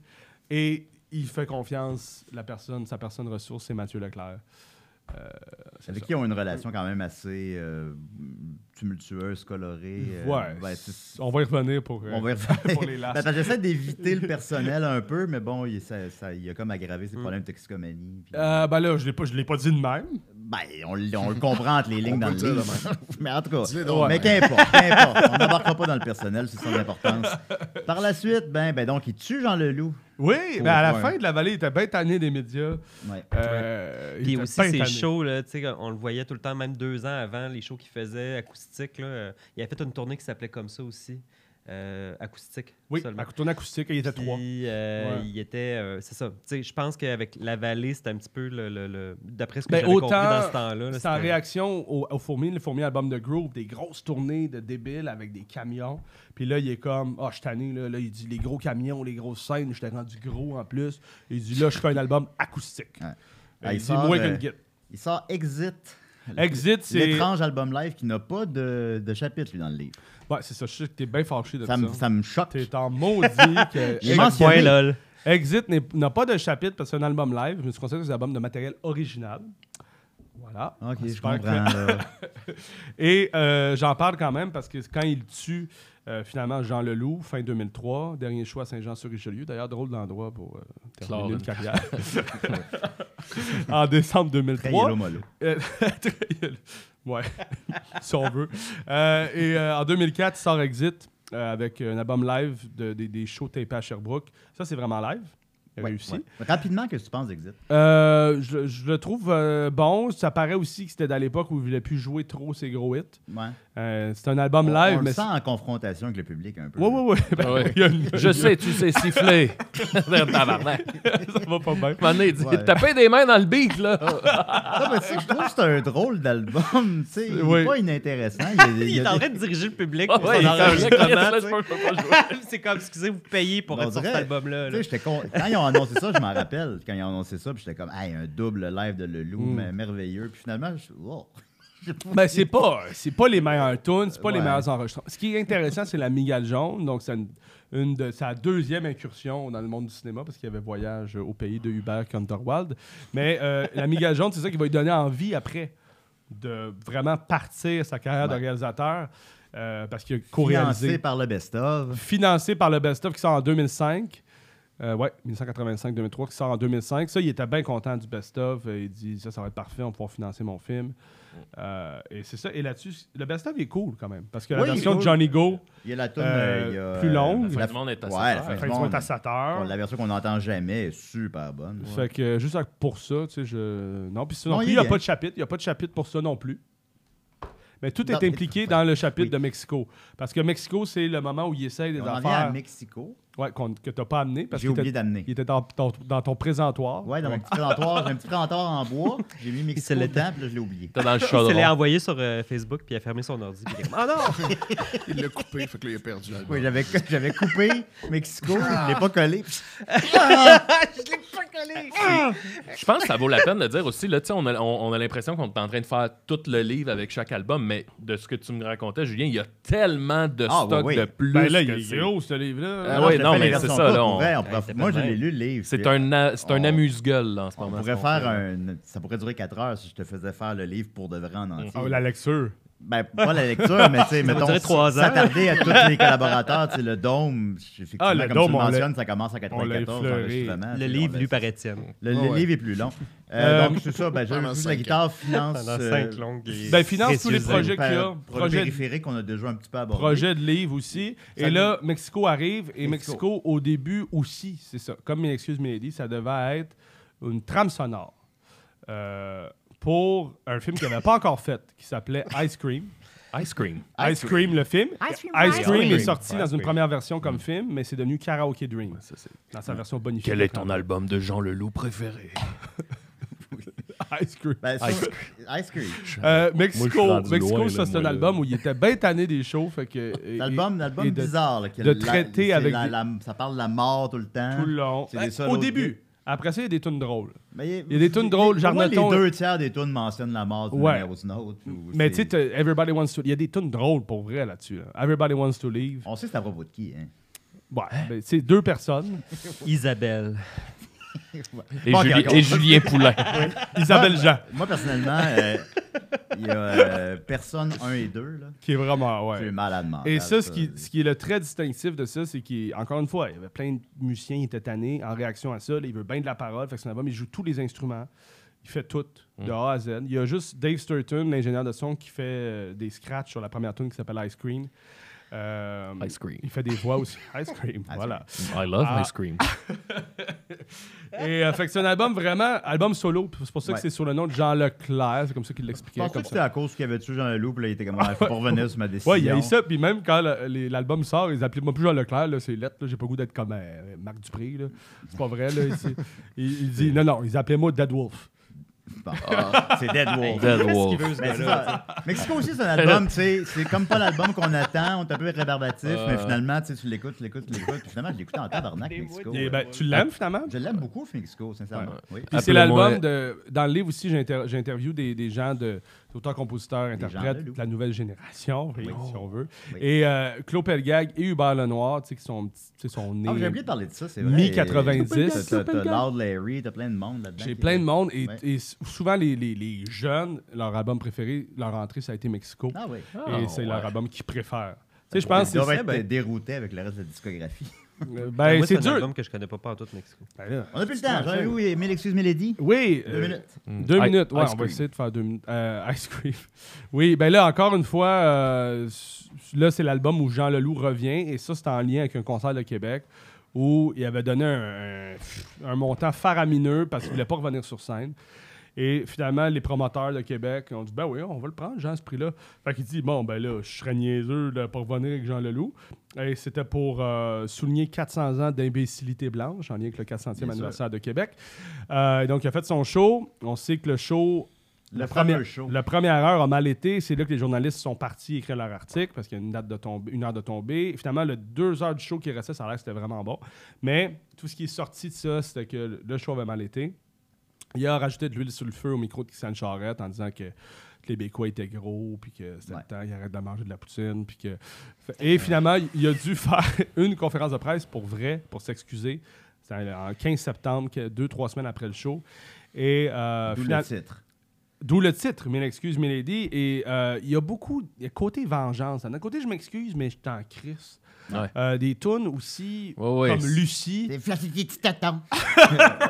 Et il fait confiance, la personne, sa personne ressource, c'est Mathieu Leclerc. Euh, c'est
Avec
ça.
qui ils ont une relation quand même assez euh, tumultueuse, colorée. euh,
Ouais,
ben,
c'est-
c'est-
on va y revenir pour. euh,
on
[laughs]
va y revenir.
pour les last.
Ben, parce que J'essaie d'éviter
[laughs]
le personnel un peu, mais bon, il, ça, ça- il a comme aggravé ses problèmes de toxicomanie. puis-
Hmm. Euh, ben là, je l'ai pas, je l'ai pas dit de même.
Ben, on, l- on le comprend
[laughs]
entre les lignes dans le
peut le dire
livre. [laughs] mais en tout cas,
Dis-le donc,
mais
hein.
qu'importe, qu'importe. On n'embarquera pas dans le personnel, c'est sans
[laughs]
importance. Par la suite, ben, ben donc, il tue Jean Leloup.
Oui, mais à la
ouais.
fin de la vallée, il était bien tanné des médias.
Ouais.
Euh, il
Puis
était
aussi,
bien
ses
tanné.
shows, là, tu sais, on le voyait tout le temps, même deux ans avant, les shows qu'il faisait acoustiques. Là, euh, il a fait une tournée qui s'appelait comme ça aussi, euh, acoustique.
Oui,
seulement.
à ton acoustique, il était trois.
Puis, euh,
Ouais.
il était. euh, c'est ça. Tu sais, je pense qu'avec la vallée, c'était un petit peu le. le- le- D'après ce que
Ben,
j'avais compris
autant
dans ce temps-là. là,
C'est en
c'était-
réaction au, au Fourmi, le Fourmi album de Groove, des grosses tournées de débiles avec des camions. Puis là, il est comme, ah, je suis tanné, là, là, il dit les gros camions, les grosses scènes, j'étais rendu gros en plus. Il dit, là, je fais un album acoustique.
Ouais.
Euh,
Ah, il
il dit,
sort,
moins
euh,
qu'une guitare.
Il sort Exit.
Exit, c'est.
L'étrange album live qui n'a pas de, de chapitre, lui, dans le livre.
Ouais, c'est ça, je sais que t'es bien fâché de
Ça
ça.
me, ça me choque.
T'es
[laughs]
en maudit que.
Il est
Ex-
mentionné.
lol.
Exit n'est- n'a pas de chapitre parce que c'est un album live, mais je considère que c'est un album de matériel original. Voilà.
Ok, je
J'espère
comprends.
que-
là.
Et euh, j'en parle quand même parce que quand il tue euh, finalement Jean Leloup, fin 2003, dernier choix à Saint-Jean-sur-Richelieu, d'ailleurs drôle d'endroit pour euh, terminer
Clore
une
une
carrière. [laughs] en
[laughs]
décembre
Très
2003.
yellow mollo.
Euh, [laughs] très yellow. ouais, [laughs] si on veut. Euh, et euh, en 2004, il sort Exit euh, avec un album live de- des- des shows tapés à Sherbrooke. Ça, c'est vraiment live.
Ouais,
Réussi.
ouais. Rapidement, qu'est-ce que tu penses d'Exit?
Euh, je, je le trouve euh, bon. Ça paraît aussi que c'était à l'époque où il voulait plus jouer trop ses gros hits.
Ouais.
Euh, c'est un album
on
live,
on le
mais
sent en confrontation avec le public un peu.
Ouais, ouais, ouais. Ben,
Ah ouais.
il y a une-
[laughs] Je sais, tu sais
[laughs]
siffler. Tabarnak.
ça va pas bien.
M'en est dit,
Ouais.
tapez des mains dans le beat, là.
Ah, ben, ça, je trouve que c'est un drôle d'album. tu sais. Il est
Oui.
pas inintéressant.
[laughs]
Il, y a- il y
Il
a
est en
des-
train de diriger le public.
Ah
pour
ouais,
son
il fait un
enregistrement,
geste, là,
tu
je
sais.
peux pas jouer.
[laughs] c'est comme, excusez, vous payez pour
On
être sur cet
dirait-
album-là.
Tu
là.
sais, j'étais con- Quand ils ont annoncé ça, je m'en rappelle. Quand ils ont annoncé ça, puis j'étais comme, hey, un double live de Leloup,
Mm.
mais merveilleux. Puis finalement, je... wow. [laughs]
Ben, c'est pas, c'est pas les meilleurs tunes, c'est pas les
Ouais.
meilleurs enregistrements. Ce qui est intéressant, c'est la Migale Jaune. Donc, c'est une, une de sa deuxième incursion dans le monde du cinéma parce qu'il y avait Voyage au pays de Hubert Conterwald. Mais euh, la Migale Jaune, c'est ça qui va lui donner envie après de vraiment partir sa carrière de réalisateur euh, parce qu'il a
Financé
co-réalisé.
par le best-of.
Financé par le Best of qui sort en 2005. Euh, ouais, 1985-2003, qui sort en 2005. Ça, il était bien content du best-of. Euh, Il dit, ça, ça va être parfait, on va pouvoir financer mon film. Euh, et c'est ça. Et là-dessus, le best-of est cool quand même. Parce que
Oui,
la version
cool.
de Johnny Go,
Il y a la tune
Euh,
il y a,
plus longue.
euh,
La fin
la-
du monde est à
ouais,
sa
la
part.
fin
la
du
fin du
monde.
monde à 7 heures.
La version qu'on n'entend jamais est super bonne.
Fait que juste pour ça, tu sais, je. Non, puis sinon,
Non,
plus,
il est
il n'y a
bien.
pas de chapitre. Il n'y a pas de chapitre pour ça non plus. Mais tout
Dans-
est impliqué dans le chapitre
Oui.
de Mexico. Parce que Mexico, c'est le moment où il essaye des
On en vient à
affaires
Mexico.
ouais, qu'on- que tu n'as pas amené. parce
J'ai
qu'il était-
oublié d'amener.
Il était dans ton, dans ton présentoir.
Ouais, dans mon petit présentoir, j'ai un petit présentoir en bois. J'ai mis Mexico
Il se
dedans, puis là, je l'ai oublié.
T'es dans le
Il se l'est
chaudron.
envoyé sur euh, Facebook, puis il a fermé son ordi. puis il est comme, Ah non!
Il l'a coupé, fait que là, il a perdu l'album.
Oui, j'avais, [laughs] j'avais coupé Mexico,
Ah.
je l'ai pas collé.
Je pense que ça vaut la peine de dire aussi, là, tu sais, on a, on, on a l'impression qu'on est en train de faire tout le livre avec chaque album, mais de ce que tu me racontais, Julien, il y a tellement de
Ah,
stock
oui, oui.
de plus.
Ben là, il
que
est
c'est-
gros, ce livre-là.
Ah ouais,
je
non,
fais les
mais
versions
c'est ça,
courtes,
là,
pour
on-
vrai, on
Ouais,
pourrait-
c'est
moi, je
bien.
l'ai lu, le livre.
C'est
puis
un, a- c'est un
On-
amuse-gueule, là, en ce
On
moment.
pourrait
ce qu'on
faire
fait.
un... Ça pourrait durer 4 heures si je te faisais faire le livre pour de vrai en entier.
Ah, la lecture.
Ben, pas la lecture, mais tu
[laughs]
sais,
va
mettons,
durer trois heures.
s'attarder à tous les collaborateurs, tu sais, le dôme, effectivement,
Ah, le
comme
dôme,
tu
on
le
l'a-
mentionnes, ça commence en
on
94,
l'a
[laughs]
effleuré.
l'enregistrement. tu
Le
sais, on
livre
l'a-
lu par Étienne.
Le, le
Ouais, ouais.
livre est plus
[laughs]
long. Euh,
Euh,
donc, c'est ça, ben, j'ai
pendant
juste la
cinq ans.
guitare, finance...
Pendant
euh,
cinq longues et
Ben, finance tous les
précieuses
projets
années.
qu'il y a,
par-
projet-
Projet périphérique qu'on a déjà un petit peu abordé.
Projet de livre aussi.
Ça
Et là, Mexico arrive. Et
Mexico.
Mexico, au début aussi, c'est ça. Comme Excuse Mélodie, ça devait être une trame sonore euh, pour un film qu'il n'avait pas encore fait, qui s'appelait Ice Cream.
Ice cream.
Ice, Cream, le film.
Ice Cream,
Ice
Ice
Cream
Cream.
est sorti
Ice
dans une
Cream.
première version comme film, mais c'est devenu Karaoke Dream,
Ça, c'est-
dans sa version bonifiée.
Quel est ton album de Jean Leloup préféré?
Ice Cream.
Ben, ça-
Ice
Ice Cream.
Euh,
Moi, je suis
Mexico,
rendu
Mexico
loin, là,
ça c'est
moi,
un
là.
album où il était bien tanné des shows. Fait que, et-
L'album,
et-
l'album
et de-
bizarre. Là, que
de
la-
traiter
c'est
avec
la-
des-
la- ça parle de la mort tout le temps.
Tout le long.
C'est les
Eh,
seuls
Au
autres-
début. Après ça, il y a des tunes drôles.
Mais il
y a des tunes drôles, Jarnoton-
Les deux tiers des tunes mentionnent la mort d'une
Ouais.
manière ou d'une autre. ou
Mais
c'est-
tu sais, t'as Everybody Wants to... Il y a des tunes drôles pour vrai là-dessus. là. Everybody Wants to Leave.
On sait c'est à propos de qui. Hein?
Ouais, ben, c'est
[laughs]
deux personnes.
Isabelle.
Et,
Bon, ok,
Juli-
ok.
et Julien Poulain.
Isabelle Jean,
Moi, personnellement,
[laughs]
euh, il y a euh, personne 1 et 2. là.
qui est vraiment...
C'est
Ouais.
malade mental,
Et ça, ce qui, ce qui est le trait distinctif de ça, c'est qu'encore une fois, il y avait plein de musiciens, il était tanné en réaction à ça. là, il veut bien de la parole, fait que son album, il joue tous les instruments. Il fait tout, de A à Z. Il y a juste Dave Sturton, l'ingénieur de son, qui fait euh, des scratchs sur la première tune qui s'appelle Ice Cream. Euh,
Ice Cream.
Il fait des voix aussi. [laughs] Ice Cream, voilà.
I love
Ah.
Ice Cream.
Et euh, fait que c'est un album vraiment, album solo. puis C'est pour ça
Ouais.
que c'est sur le nom de Jean Leclerc. C'est comme ça qu'il
Je
l'expliquait.
pensais
comme
que c'était à cause qu'il y avait tué Jean Leloup, puis là, il était comme,
[laughs]
ah, faut pas revenir sur ma décision.
Ouais, il y a eu ça. Puis même quand le- les- l'album sort, ils appellent moi plus Jean Leclerc, là, c'est lettre. là, J'ai pas le goût d'être comme euh, Marc Dupré. là. C'est pas vrai. Là, ici. il, il dit non, non, ils appelaient moi Dead Wolf.
Bon. Ah, C'est Dead Wolf.
Dead
Qui
Wolf.
veut, ce
Mais Ben, c'est
gars-là?
ça. Mexico aussi, c'est un album, tu sais, c'est comme pas l'album qu'on attend, on est un peu rébarbatif, mais finalement, tu sais, tu l'écoutes, tu l'écoutes, tu l'écoutes, puis finalement, je l'écoute en tabarnak, Mexico.
Et ben, tu l'aimes finalement?
Je l'aime beaucoup, Mexico, sincèrement. Oui.
Puis c'est
Appelez-moi-
l'album de. Dans le livre aussi, j'inter- j'interview des, des gens de auteurs, compositeurs,
gens de
interprètes,
loup.
de la nouvelle génération, si on veut.
Oui.
Et euh, Claude Pelgag et Hubert Lenoir, tu sais, qui sont, petits- tu sais, sont nés.
Ah, j'ai oublié de parler de ça, c'est vrai.
Mi-90.
T'as- T'as t'as Lord Larry, t'as plein de monde là-dedans.
J'ai
qui-
plein de monde et,
Ouais.
et s- souvent les, les- les jeunes, leur album préféré, leur entrée, ça a été Mexico.
Ah oui.
et c'est leur
ouais.
album qu'ils préfèrent. Tu sais, je pense
Ils
que
doivent
c'est ben.
être déroutés avec le reste de la discographie.
euh,
Ben,
ben,
moi,
c'est
un
dur.
album que je connais pas partout Mexico.
Ben là.
On a plus le temps. Jean-Loup et Mille Excuses Mélodie.
Oui,
Deux
euh,
minutes.
deux
I-
minutes. Ouais,
Ice
on va
Cream.
essayer de faire deux minutes. Euh, ice Cream. [laughs] Oui, ben là, encore une fois, euh, s- là, c'est l'album où Jean Leloup revient et ça, c'est en lien avec un concert de Québec où il avait donné un, un montant faramineux parce qu'il voulait pas revenir sur scène. Et finalement, les promoteurs de Québec ont dit Ben oui, on va le prendre, Jean, à ce prix-là. Fait qu'il dit Bon, ben là, je serais niaiseux de pas revenir avec Jean Leloup. Et c'était pour euh, souligner 400 ans d'imbécilité blanche en lien avec le 400e
sûr.
anniversaire de Québec. Euh, donc, il a fait son show. On sait que le show.
Le
la
fameux
première-
show.
La première heure a mal été. C'est là que les journalistes sont partis écrire leur article parce qu'il y a une, date de tombe- une heure de tombée. Et finalement, le deux heures du show qui restait, ça a l'air que c'était vraiment bon. Mais tout ce qui est sorti de ça, c'était que le show avait mal été. Il a rajouté de l'huile sur le feu au micro de Christian Charette en disant que les Québécois étaient gros, puis que c'était
Ouais.
le temps, ils arrêtent de manger de la poutine. Puis que... Fait- Et finalement, il- il a dû [laughs] faire une conférence de presse pour vrai, pour s'excuser. C'était en 15 septembre, que- deux, trois semaines après le show. Et euh,
D'où
finalement-
le titre.
D'où le titre, Mille excuses, Milady. Et euh, il y a beaucoup. Il y a côté vengeance. D'un côté, je m'excuse, mais je t'en crisse.
Ouais.
Euh, des tunes aussi,
Ouais, ouais,
comme
c'est-
Lucie.
Des flashitiques qui t'attendent.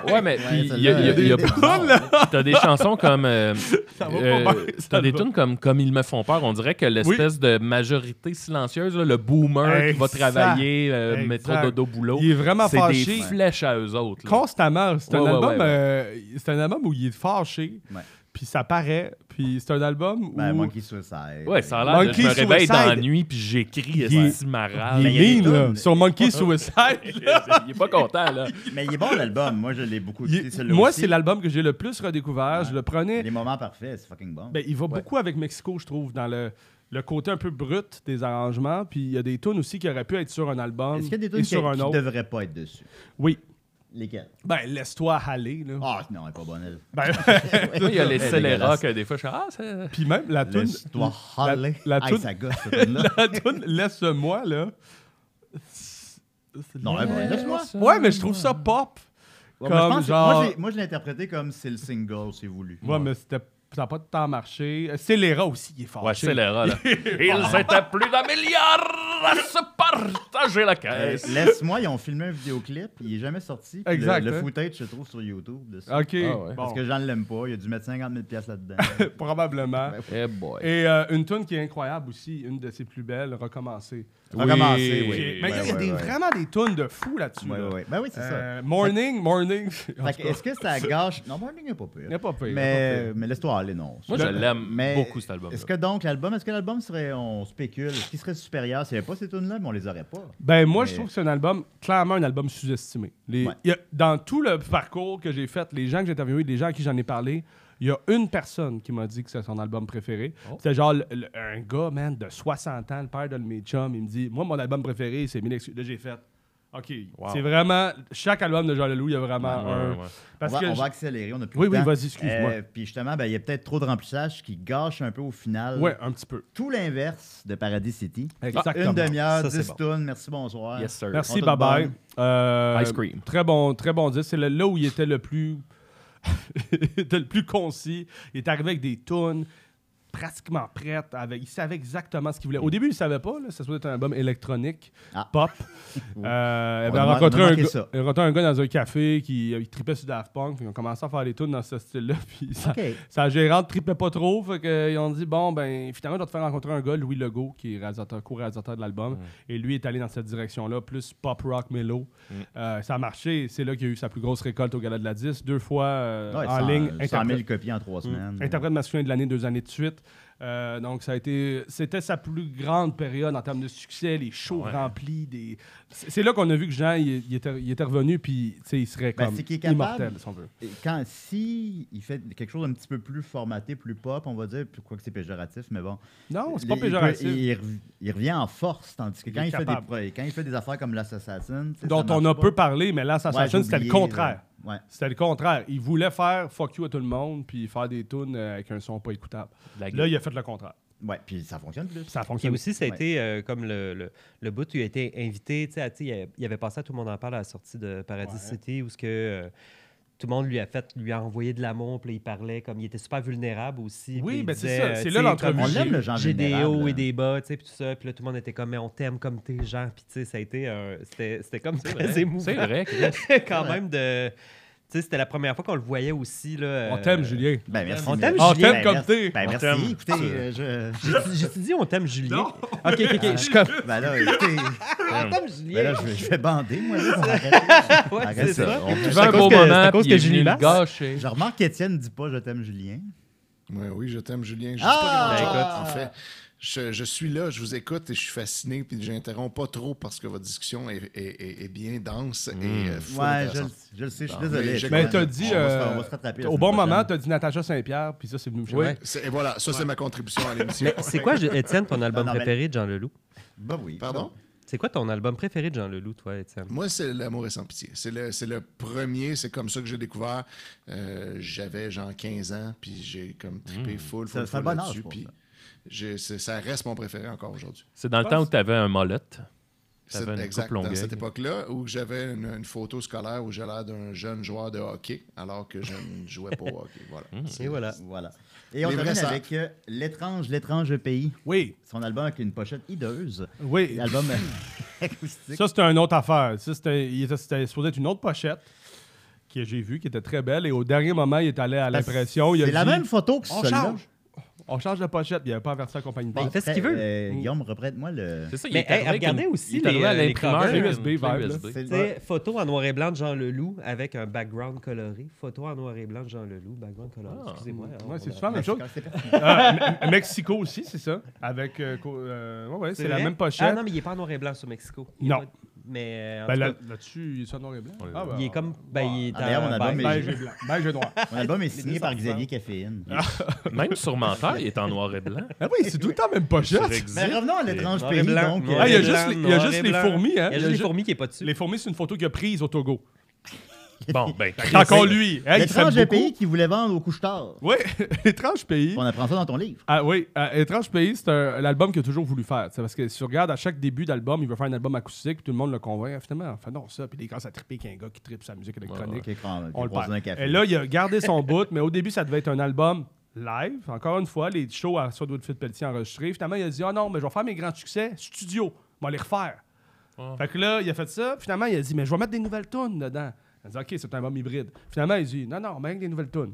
Ouais, mais
Ouais,
puis il y
celle-là,
a, il y a- il y a-
des- des-
t'as des chansons comme. euh,
va
euh,
pas bien, [laughs] ça
t'as des
va.
tunes comme Comme ils me font peur. On dirait que l'espèce de majorité silencieuse, là, le boomer qui va
Exact.
travailler, euh,
Exact.
métro dodo boulot.
Il est vraiment
C'est
fâché.
des flèches à eux autres. là.
Constamment. C'est un,
Ouais, ouais,
album,
ouais, ouais.
euh, c'est un album où il est fâché.
Ouais.
Puis ça paraît. Puis c'est un album où.
Ben, Monkey Suicide.
Ouais, ça a l'air de je
Monkey
me réveille dans la
Suicide.
nuit puis j'écris
Il est-
esti marade.
il
Ben,
Mais il
est
y a des
mean, là,
tunes.
Sur Monkey Suicide. là.
Il est pas content,
[laughs]
là.
Mais il est bon l'album. Moi, je l'ai beaucoup
Il-
écouté. celui-là
Moi,
aussi.
c'est l'album que j'ai le plus redécouvert. Je le prenais.
Les moments parfaits, c'est fucking bon.
Ben, il va beaucoup avec Mexico, je trouve, dans le, le côté un peu brut des arrangements. Puis il y a des tunes aussi qui auraient pu être sur un album
Est-ce qu'il y a des
et
tunes qui
sur un
ne
autre.
devraient pas être dessus
Oui.
Lesquelles
Ben, laisse-toi aller. Là.
Ah, non, elle est pas bonne. elle.
Ben,
[laughs]
[laughs]
Moi, il y a les
Elle est
scélérats
dégueulasse.
que des fois, je suis ah, c'est-
Puis même la tune.
Laisse-toi
la-
aller.
la
Hey,
toune-
ça gosse, cette tune-là.
[laughs] La tune Laisse-moi, là.
Non, elle est bonne. Laisse-moi.
Ouais, mais je trouve ça pop.
Ouais, moi, je
comme
pense que-
genre.
moi, j'ai- Moi, je l'ai interprété comme c'est le single, c'est voulu.
Ouais, mais c'était. Ça n'a pas de temps marché. Euh, Scélérat aussi, il est fort.
Ouais, scélérat,
[laughs]
là. Ils étaient plus d'un milliard à se partager la
Euh,
caisse.
Laisse-moi, ils ont filmé un vidéoclip, il est jamais sorti. puis le-
Exact,
Le,
hein.
footage se trouve sur YouTube. de ça.
Ok.
Ah ouais.
bon,
Parce que Jean ne l'aime pas, il a dû mettre 50 000 piastres là-dedans.
[laughs] Probablement.
Ben
Eh boy.
Et euh, une tune qui est incroyable aussi, une de ses plus belles, Recommencer.
Recommencer, oui.
Mais il y a- il y a
ouais,
des-
ouais.
vraiment des tunes de fou là-dessus.
Ouais,
là.
ouais, ouais. Ben oui, c'est ça.
Euh, morning, morning. En
Fait
tout
que
cas,
Est-ce que
[laughs]
ça gâche. Non, Morning n'est pas pire.
il est pas pire, il est pas
Mais,
pire.
mais laisse-toi aller, non.
Moi, je
Le-
l'aime
mais
beaucoup, cet album-là.
Est-ce que donc l'album, est-ce que l'album serait, on spécule, est-ce qu'il serait supérieur s'il n'y avait pas ces tunes-là, mais on les aurait pas?
Ben, moi, je
Mais-
trouve que c'est un album, clairement un album sous-estimé. Les-
Ouais.
il y a- Dans tout le parcours que j'ai fait, les gens que j'ai interviewés, les gens à qui j'en ai parlé, il y a une personne qui m'a dit que c'est son album préféré.
Oh.
C'était genre le- le- un gars, man, de 60 ans, le père de mes chums. Il me dit Moi, mon album préféré, c'est Mille excuses. Là, j'ai fait OK.
Wow.
C'est vraiment. Chaque album de Jean Leloup, il y a vraiment un.
Ouais, ouais.
Parce
on, va,
que
on
je-
va accélérer, on a plus
Oui,
de
oui,
temps.
vas-y, excuse-moi.
Euh, Puis justement, ben, il y a peut-être trop de remplissage qui gâche un peu au final
Ouais, un petit peu.
tout l'inverse de Paradis City.
Exactement.
Une demi-heure,
Ça, c'est
10
bon.
tunes, merci, bonsoir.
Yes, sir.
Merci,
On te le
bye bye.
donne.
Euh,
Ice cream.
Très bon, très bon disque. C'est le- là où il était le plus, [laughs] il était le plus concis. Il est arrivé avec des tunes pratiquement prêtes. Avec, il savait exactement ce qu'il voulait. Au début, il ne savait pas. Là, ça se voulait être un album électronique,
Ah. [laughs]
pop. Euh, il
On
avait
a-
rencontré
on a
un,
manqué
gars-
ça.
il a rencontré un gars dans un café qui euh, il tripait sur Daft Punk. Ils ont commencé à faire des tunes dans ce style-là. [laughs] Puis ça,
OK.
sa gérante tripait pas trop. Fait que, ils ont dit bon, ben finalement, je dois te faire rencontrer un gars, Louis Legault, qui est réalisateur, co-réalisateur de l'album. Et lui est allé dans cette direction-là, plus pop rock mellow. Euh, ça a marché. C'est là qu'il a eu sa plus grosse récolte au Gala de la 10. Deux fois euh,
Ouais,
en
100, 100
ligne.
000
interprète- Mm.
copies en trois semaines.
Interprète masculin de l'année, deux années de suite. Euh, donc, ça a été, c'était sa plus grande période en termes de succès, les shows remplis. Des... C'est c'est là qu'on a vu que Jean, il, il était, il était revenu, puis tu sais, il serait
Ben,
comme
c'est qu'il est capable.
immortel, si on veut.
Et Quand, si il fait quelque chose d'un petit peu plus formaté, plus pop, on va dire, puis quoi que c'est péjoratif, mais bon.
Non, c'est pas
Il- il peut-
péjoratif.
Il, rev- il revient en force, tandis que
Il
quand
est
il, fait des,
capable.
pro- quand il fait des affaires comme Last Assassin, tu sais,
dont
ça
on a
marche
peu
pas.
parlé, mais là,
Ouais, j'ai
Assassin, c'était le
oublié,
contraire.
là. Ouais.
C'était le contraire. Il voulait faire fuck you à tout le monde, puis faire des tunes euh, avec un son pas écoutable.
La
Là, il a fait le contraire.
Ouais, puis ça fonctionne plus.
Ça a
Puis
fonctionné.
aussi, ça a
Ouais.
été euh, comme le, le, le bout où il a été invité. tu sais, à- tu sais, il a- il avait passé à Tout le monde en parle à la sortie de Paradis City où ce que. euh, tout le monde lui a fait, lui a envoyé de l'amour, puis là, il parlait comme il était super vulnérable aussi.
Oui,
puis il
ben, c'est
disait,
ça.
euh,
C'est
tu
là
sais,
l'entrevue.
comme,
On l'aime, le genre
J'ai des
vulnérable,
hauts et
hein.
des bas, tu sais, puis tout ça. Puis là, tout le monde était comme, mais on t'aime comme t'es, genre. Puis tu sais, ça a été un. C'était c'était comme très émouvant.
C'est
[laughs]
vrai. Chris.
quand
Ouais.
même de. Tu sais, c'était la première fois qu'on le voyait aussi. Là,
On
euh,
[laughs]
t'aime, Julien.
Ben, merci.
On t'aime,
merci.
Julien.
On t'aime comme
merci.
t'es.
Ben,
On
merci.
t'aime.
Écoutez, euh, je.
J'ai- J'ai-tu dit on t'aime, Julien? Ok, ok, ok. Je suis comme,
Ben
[laughs]
là, écoutez.
on t'aime, Julien.
Ben là, je, vais- je vais bander, moi. Là, on va arrêter. [laughs]
Ouais,
Arrête
c'est
ça.
ça.
On-
Tu veux un
cause
beau
que- c'est à
moment,
cause
puis
que
il est
j'ai
venu
une
le
lasse.
gâcher.
Je remarque qu'Étienne ne dit pas je t'aime, Julien.
Ouais, oui, je t'aime, Julien. Je dis
Ah!
pas grand-chose.
Ben, écoute.
en fait, je, je suis là, je vous écoute et je suis fasciné, puis je n'interromps pas trop parce que votre discussion est, est- est- est bien dense et euh, full
Hmm. Ouais, je,
intéressante.
le- je le sais, je suis
Bon,
désolé.
mais
Étienne.
j'ai-
Mais t'as dit,
On va se-
euh,
on va se rattraper la
au
semaine
bon
prochaine.
moment, t'as dit Natacha Saint-Pierre, puis ça, c'est venu me chercher.
Ouais, c'est- et voilà, ça, c'est ma contribution à l'émission.
Mais c'est quoi, je- Étienne, ton album
Non, non, mais-
préféré de Jean Leloup?
Bah oui.
Pardon?
C'est quoi ton album préféré de Jean Leloup, toi, Étienne?
Moi, c'est L'amour est sans pitié. C'est le, c'est le premier, c'est comme ça que j'ai découvert. Euh, J'avais genre 15 ans, puis j'ai comme
Hmm.
trippé full,
C'est-
full,
c'est un
full
bon
là-dessus,
âge pour
puis
ça.
j'ai- c'est- ça reste mon préféré encore aujourd'hui.
C'est dans le temps où tu avais un molette. T'avais
C'est
une coupe
exact. Dans
longueuil.
cette époque-là, où j'avais une, une photo scolaire où j'ai l'air d'un jeune joueur de hockey, alors que je ne jouais pas au hockey. Voilà.
Et voilà. voilà. Et on
Les vrais
termine
sœurs.
avec euh, L'étrange, l'étrange pays.
Oui,
Son album avec une pochette hideuse.
oui.
L'album euh,
[laughs]
acoustique.
Ça, c'était une autre affaire. Ça, c'était il était- c'était supposé être une autre pochette que j'ai vue, qui était très belle. Et au dernier moment, il est allé à l'impression. il a
C'est la
dit,
même photo que
On
celui-là.
change. On change de pochette. Il n'avait pas averti la compagnie de
Bon,
presse.
Il fait ce
Après,
qu'il veut. Mm.
euh, Guillaume, reprête-moi le.
C'est ça, il
Mais,
est arrivé
hey,
avec
regardez
une-
aussi
il est arrivé
les,
à
euh, les
l'imprimeur,
covers.
une
USB,
clé
vibe, là.
USB.
C'est-
Tu sais, photo en noir et blanc de Jean Leloup avec un background coloré. Photo en noir et blanc de Jean Leloup, background coloré.
Ah.
Excusez-moi. hein,
Ouais,
on
c'est
a-
souvent la même chose.
C'est-
Euh, Me- Mexico aussi, c'est ça. Avec. euh, co- euh, ouais, ouais, c'est la
vrai?
même pochette.
Ah non, mais il n'est pas en noir et blanc sur Mexico. Il est
Non.
pas- Mais euh, en
Ben,
tout
là-
cas,
Là-dessus, il est sur noir et blanc.
On est-
Ah, ben,
il est comme. Ben, il est
Ah, d'ailleurs,
en
mon album
beige.
est-
Beige et blanc. Beige et noir.
Mon album
[laughs]
est signé par
1960.
Xavier Caféine.
Même sur menteur, il est en noir et blanc.
Ah oui, c'est tout le temps la même
Sur
pochette.
Exit.
Mais revenons à l'étrange
Noir et
pays.
blanc,
donc,
noir
euh,
Ah, il y a
et
juste
blanc,
les- il y a
noir
juste
et
les
blanc.
fourmis, hein.
Il y a juste les fourmis qui n'est pas dessus.
Les fourmis, c'est une photo qu'il a prise au Togo.
Bon, ben,
C'est encore lui. Hey, il s'aime
L'étrange
beaucoup.
pays qui voulait vendre au couche-tard.
Oui, [laughs] étrange pays.
On apprend ça dans ton livre.
Ah oui, euh, Étrange Pays, c'est un- l'album qu'il a toujours voulu faire. C'est parce que si tu regardes à chaque début d'album, il veut faire un album acoustique, puis tout le monde le convainc. Ah, Finalement, enfin non, ça. Puis il commence à triper qu'il y a un gars qui tripe sa musique électronique.
Ok, quand-
On le
croise
perd.
un café.
Et là, il a gardé son bout, mais au début, ça devait être un album live. Encore une fois, les shows à Sodwoodfield Pelletier enregistrés. Finalement, il a dit Ah non, mais je vais faire mes grands succès studio. Je vais les refaire. Fait que là, il a fait ça. Finalement, il a dit Mais je vais mettre des nouvelles tunes dedans. Il a dit Ok, c'est un album hybride. Finalement, il a dit Non, non, mais avec des nouvelles tunes.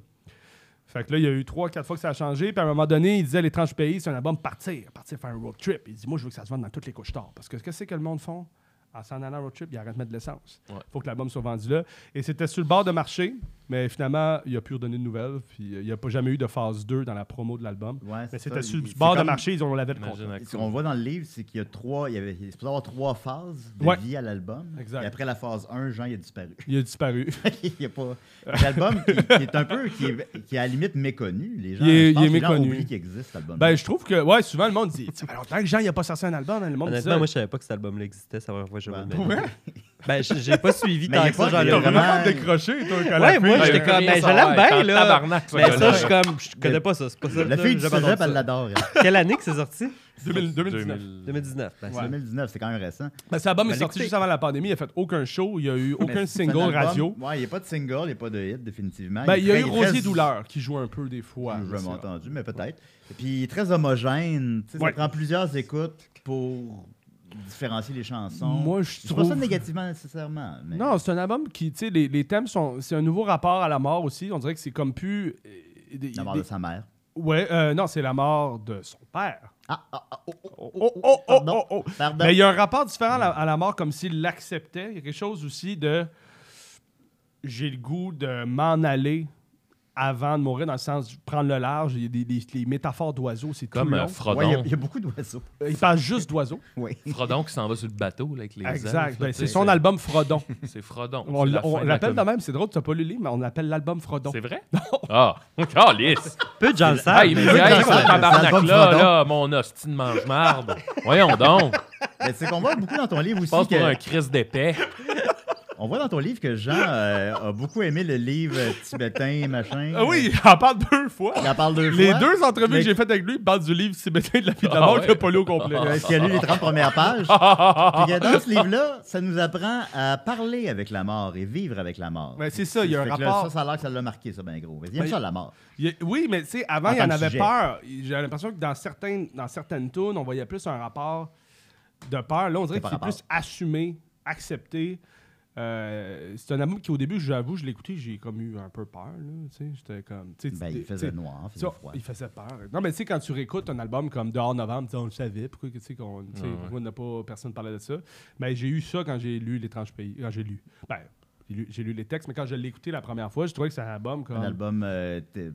Fait que là, il y a eu trois, quatre fois que ça a changé. Puis à un moment donné, il disait L'étrange pays, c'est un album partir, partir faire un road trip. Il dit Moi, je veux que ça se vende dans toutes les couches tard. Parce que qu'est-ce que c'est que le monde font En s'en allant road trip, il arrête de mettre de l'essence.
Ouais.
Faut que l'album soit vendu là. Et c'était sur le bord de marché, mais finalement, il a pu redonner de nouvelles. Puis euh, il n'y a pas jamais eu de phase 2 dans la promo de l'album.
Ouais,
Mais
c'est
c'était
ça,
sur le
il-
bord
c'est
de
comme-
marché, ils ont l'avait le contrat.
Imagine à [laughs]
Ce qu'on voit dans le livre, c'est qu'il y a trois, il y avait, il est supposé avoir trois phases de
Ouais.
vie à l'album.
Exact.
Et après la phase 1, Jean, il a disparu. [laughs]
Il a disparu. [laughs]
il y a pas. L'album qui, qui est un peu, qui est, qui est à la limite méconnu. Les gens,
Il est-
je pense
il est
que les gens
méconnu.
oublient qu'il existe cet album.
ben, je trouve que, ouais, souvent le monde dit Ça fait longtemps que Jean, il n'a pas sorti un album. hein. Le monde dit
Honnêtement,
ça.
moi, je savais pas que cet album-là existait. Ça va voir, je
Ben,
[laughs] Ben, j'ai- j'ai pas
[laughs]
suivi
Mais
tant
il y a
que ça,
pas-
Jean
il y a
T'as
Leloup.
vraiment-
vraiment décroché, toi, quand
Ouais,
la
moi,
j'étais
fille-
j'étais comme. Ben, je l'aime bien, là.
Tabarnak, ce
Mais
gars-là.
ça, je suis comme. Je connais pas ça. C'est pas ça.
la fille du
J'abandonne
cégep,
ça.
elle l'adore. hein. elle.
Quelle année que c'est sorti
2000- 2019.
2019. Ben,
C'est 2019, c'est quand même récent.
Ben, cet album
Ben,
est sorti
l'écoutez.
juste avant la pandémie. Il a fait aucun show. Il n'y a eu
Mais
aucun
c'est un
single
album-
radio.
Ouais, il n'y a pas de single, il n'y a pas de hit, définitivement.
Ben, il y a
est
eu
très-
Rosier
très-
Douleur qui joue un peu des fois.
Je
mais
jamais
c'est rare.
entendu, mais peut-être. Et puis, il est très homogène. Tu sais,
Ouais.
Ça prend plusieurs écoutes pour différencier les chansons.
Moi, je
je trouve pas ça
trouve-
négativement nécessairement. mais-
Non, c'est un album qui, tu sais, les, les thèmes sont. C'est un nouveau rapport à la mort aussi. On dirait que c'est comme plus. euh, des-
La mort de
des-
sa mère.
Ouais, euh, non, c'est la mort de son père.
Ah, ah, ah, oh, oh, oh,
Oh, oh, oh,
pardon.
oh, oh.
Ben-
Pardon.
Mais il y a un rapport différent à la, à la mort, comme s'il l'acceptait. Il y a quelque chose aussi de. J'ai le goût de m'en aller avant de mourir, dans le sens de prendre le large. Il y a des, des- les métaphores d'oiseaux, c'est tout
Comme euh,
long.
Ouais, il y a-
Frodon.
il y, a beaucoup d'oiseaux.
Il parle juste d'oiseaux.
Oui.
Frodon qui s'en va sur le bateau là, avec les elfes, là,
Exact. Ben,
tu
c'est
sais,
son album Frodon.
[laughs] C'est Frodon.
On
C'est la fin de la
l'appelle de
comédie.
même, c'est drôle, tu n'as pas lu le livre, mais on l'appelle l'album Frodon.
C'est vrai? Ah, calice!
Peu de gens le savent.
Ah, il me
mais-
dit, hey, ce
c'est l'album
tabarnak-là,
Frodon.
là, mon hostie de mange-marde. Voyons donc,
Mais c'est qu'on voit beaucoup dans ton livre
je pense
aussi.
pour
Que,
un Christ d'épais. [laughs]
on voit dans ton livre que Jean euh, a beaucoup aimé le livre euh, tibétain, machin.
Ah oui, il en parle deux fois.
Il en parle deux
Les
fois.
deux entrevues
Mais-
que j'ai faites avec lui, il parle du livre Tibétain de la vie de la
Ah
mort
ouais.
qu'il a pas lu au complet.
[laughs]
Euh, Est-ce qu'il a lu les 30 premières pages?
[laughs]
Puis que
Ah.
dans ce livre-là, ça nous apprend à parler avec la mort et vivre avec la mort.
Mais c'est ça, il y a un
Fait que là,
rapport.
ça, ça a l'air que ça l'a marqué, ça, ben gros. Il aime
Ben,
ça, la mort.
Il y a- Oui, mais tu sais, avant,
En
il y
tant
en
que
avait
sujet.
peur. J'ai l'impression que dans certaines, dans certaines tunes, on voyait plus un rapport de peur. Là, on dirait
C'est
qu'il
par
est
rapport.
plus assumé, accepté. Euh, c'est un album qui, au début, j'avoue, je l'ai écouté, j'ai comme eu un peu peur. Là, tu sais, j'étais comme... tu sais,
Ben,
tu-
il
tu sais,
faisait noir, il
tu
faisait
vois,
froid.
il faisait peur. Non, mais tu sais, quand tu réécoutes un album comme Dehors Novembre, tu dis, on le savait, pourquoi, que, tu sais, qu'on, tu sais, pourquoi on n'a pas personne parlait de ça. Mais j'ai eu ça quand j'ai lu L'étrange pays. Quand j'ai lu. Ben, j'ai lu, j'ai lu les textes, mais quand je l'ai écouté la première fois, je trouvais que c'est un album
Un
comme
album euh, t-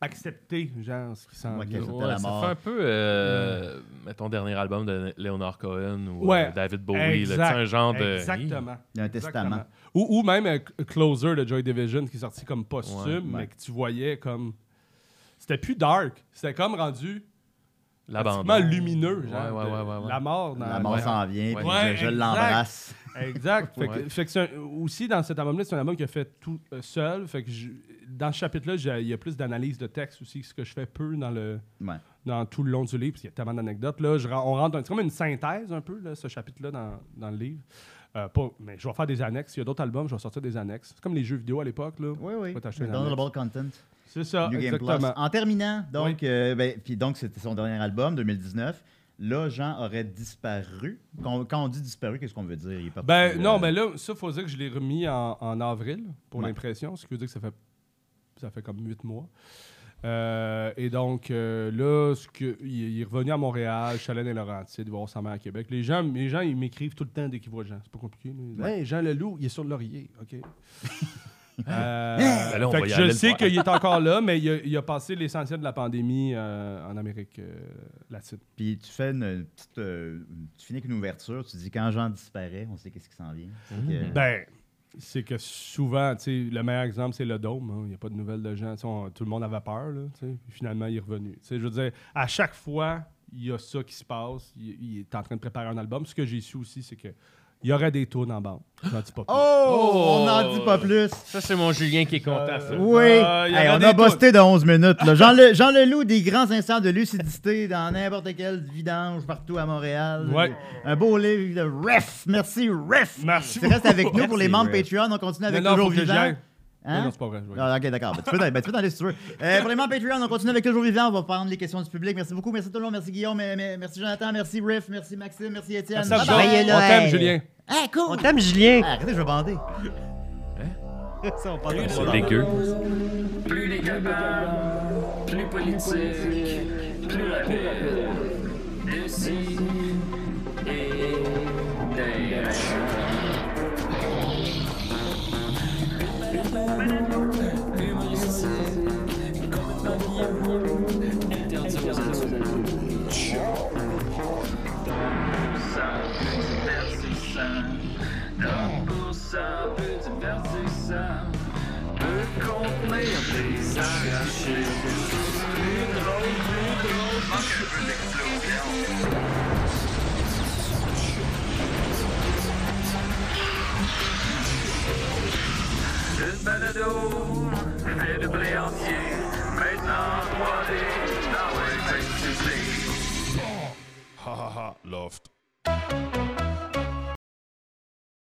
accepter, genre, ce qui s'en
Ouais,
vient.
quelque-
Ouais,
la
ça
mort.
fait un peu, euh, mettons, dernier album de Leonard Cohen ou
Ouais.
euh, David Bowie. là,
Exact.
tu sais, un genre de...
Exactement.
Il y a un
Exactement.
testament.
Ou, ou même euh, Closer de Joy Division qui est sorti comme posthume,
Ouais, ouais.
mais que tu voyais comme. C'était plus dark. C'était comme rendu.
L'abandon.
pratiquement lumineux. Genre,
Ouais, ouais,
de-
ouais, ouais, ouais.
La mort dans
La mort
Ouais.
s'en vient, puis
Ouais,
je- je,
exact.
l'embrasse.
Exact. Fait que,
Ouais.
fait que c'est un- aussi, dans cet album-là, c'est un album qui a fait tout euh, seul. Fait que je- dans ce chapitre-là, j'ai- il y a plus d'analyse de texte aussi, ce que je fais peu dans le
Ouais.
dans tout le long du livre, parce qu'il y a tellement d'anecdotes. Là, je, ren- on rentre dans- c'est comme une synthèse un peu, là, ce chapitre-là, dans, dans le livre. Euh, pas- mais je vais faire des annexes. Il y a d'autres albums, je vais sortir des annexes. C'est comme les jeux vidéo à l'époque. Là.
Oui, oui.
Faut t'acheter un
Downloadable content.
C'est ça,
New Game Plus.
exactement.
En terminant, donc, euh, ben, puis donc c'était son dernier album, 2019. Là, Jean aurait disparu. Quand, quand on dit disparu, qu'est-ce qu'on veut dire Il est parti,
Ben,
euh,
non, mais là, ça, faut dire que je l'ai remis en, en avril pour
Ouais.
l'impression, ce qui veut dire que ça fait, ça fait comme huit mois. Euh, et donc, euh, là, ce que, il, il est revenu à Montréal, Chalène et Laurentides, voir sa mère à Québec. Les gens, les gens ils m'écrivent tout le temps dès qu'ils voient Jean. C'est pas compliqué. là. Ils disent, Hey, Jean Leloup, il est sur le laurier.
[laughs]
OK. Euh,
Ben là, on
fait
va
que
y aller
je
le
sais
voir.
qu'il est encore là, mais il a, il a passé l'essentiel de la pandémie euh, en Amérique euh, latine.
Puis tu fais une petite. euh, tu finis avec une ouverture, tu dis quand Jean disparaît, on sait qu'est-ce qui s'en vient. Fait que-
Ben, c'est que souvent, tu sais, le meilleur exemple, c'est le dôme. hein. Il n'y a pas de nouvelles de gens. Tu sais, on- tout le monde avait peur, là, tu sais. Puis Finalement, il est revenu. Tu sais, je veux dire, à chaque fois, il y a ça qui se passe. Il, il est en train de préparer un album. Ce que j'ai su aussi, c'est que il y aurait des tours en bande. J'en dis pas plus.
Oh, on n'en dit pas plus.
Ça, c'est mon Julien qui est content, ça.
Oui.
Euh, il y
Hey,
aurait
on
des
a
tounes.
busté de 11 minutes. là. Jean, le, Jean Leloup, des grands instants de lucidité dans n'importe quel vidange partout à Montréal.
Ouais.
Un beau livre de Ref. Merci, Ref.
Merci
Tu restes avec nous
beaucoup.
pour les
Merci,
membres
Ref.
Patreon. On continue avec
Non, non,
Toujours
faut que
Vivant.
j'y aille.
Hein?
Non, non, c'est pas vrai. je vais y aller.
Ah, ok, d'accord. Ben, tu peux t'en- ben, tu peux t'en aller si tu veux. Euh, pour les membres Patreon, on continue avec Toujours Vivant. On va prendre les questions du public. Merci beaucoup. Merci tout le monde. Merci Guillaume. mais- mais- Merci Jonathan. Merci Riff. Merci Maxime. Merci Étienne.
Ça,
Bye-bye.
Jean, on t'aime, Julien.
Ah,
On
cool.
t'aime, Julien!
Ah, Arrêtez, je vais bander. [laughs]
C'est dégueu.
Plus les capables, plus politique, plus rapide. D'ici et d'ailleurs. Humoristique, comme un avion, interdit aux adultes. Ça peut divertissant, donc pour ça peut divertissant, peut contenir des arachides. Plus drôle, plus drôle, manque un peu d'explosion. Une balado, fait le blé entier, maintenant 3D, dans le texte
Hahaha, Loft.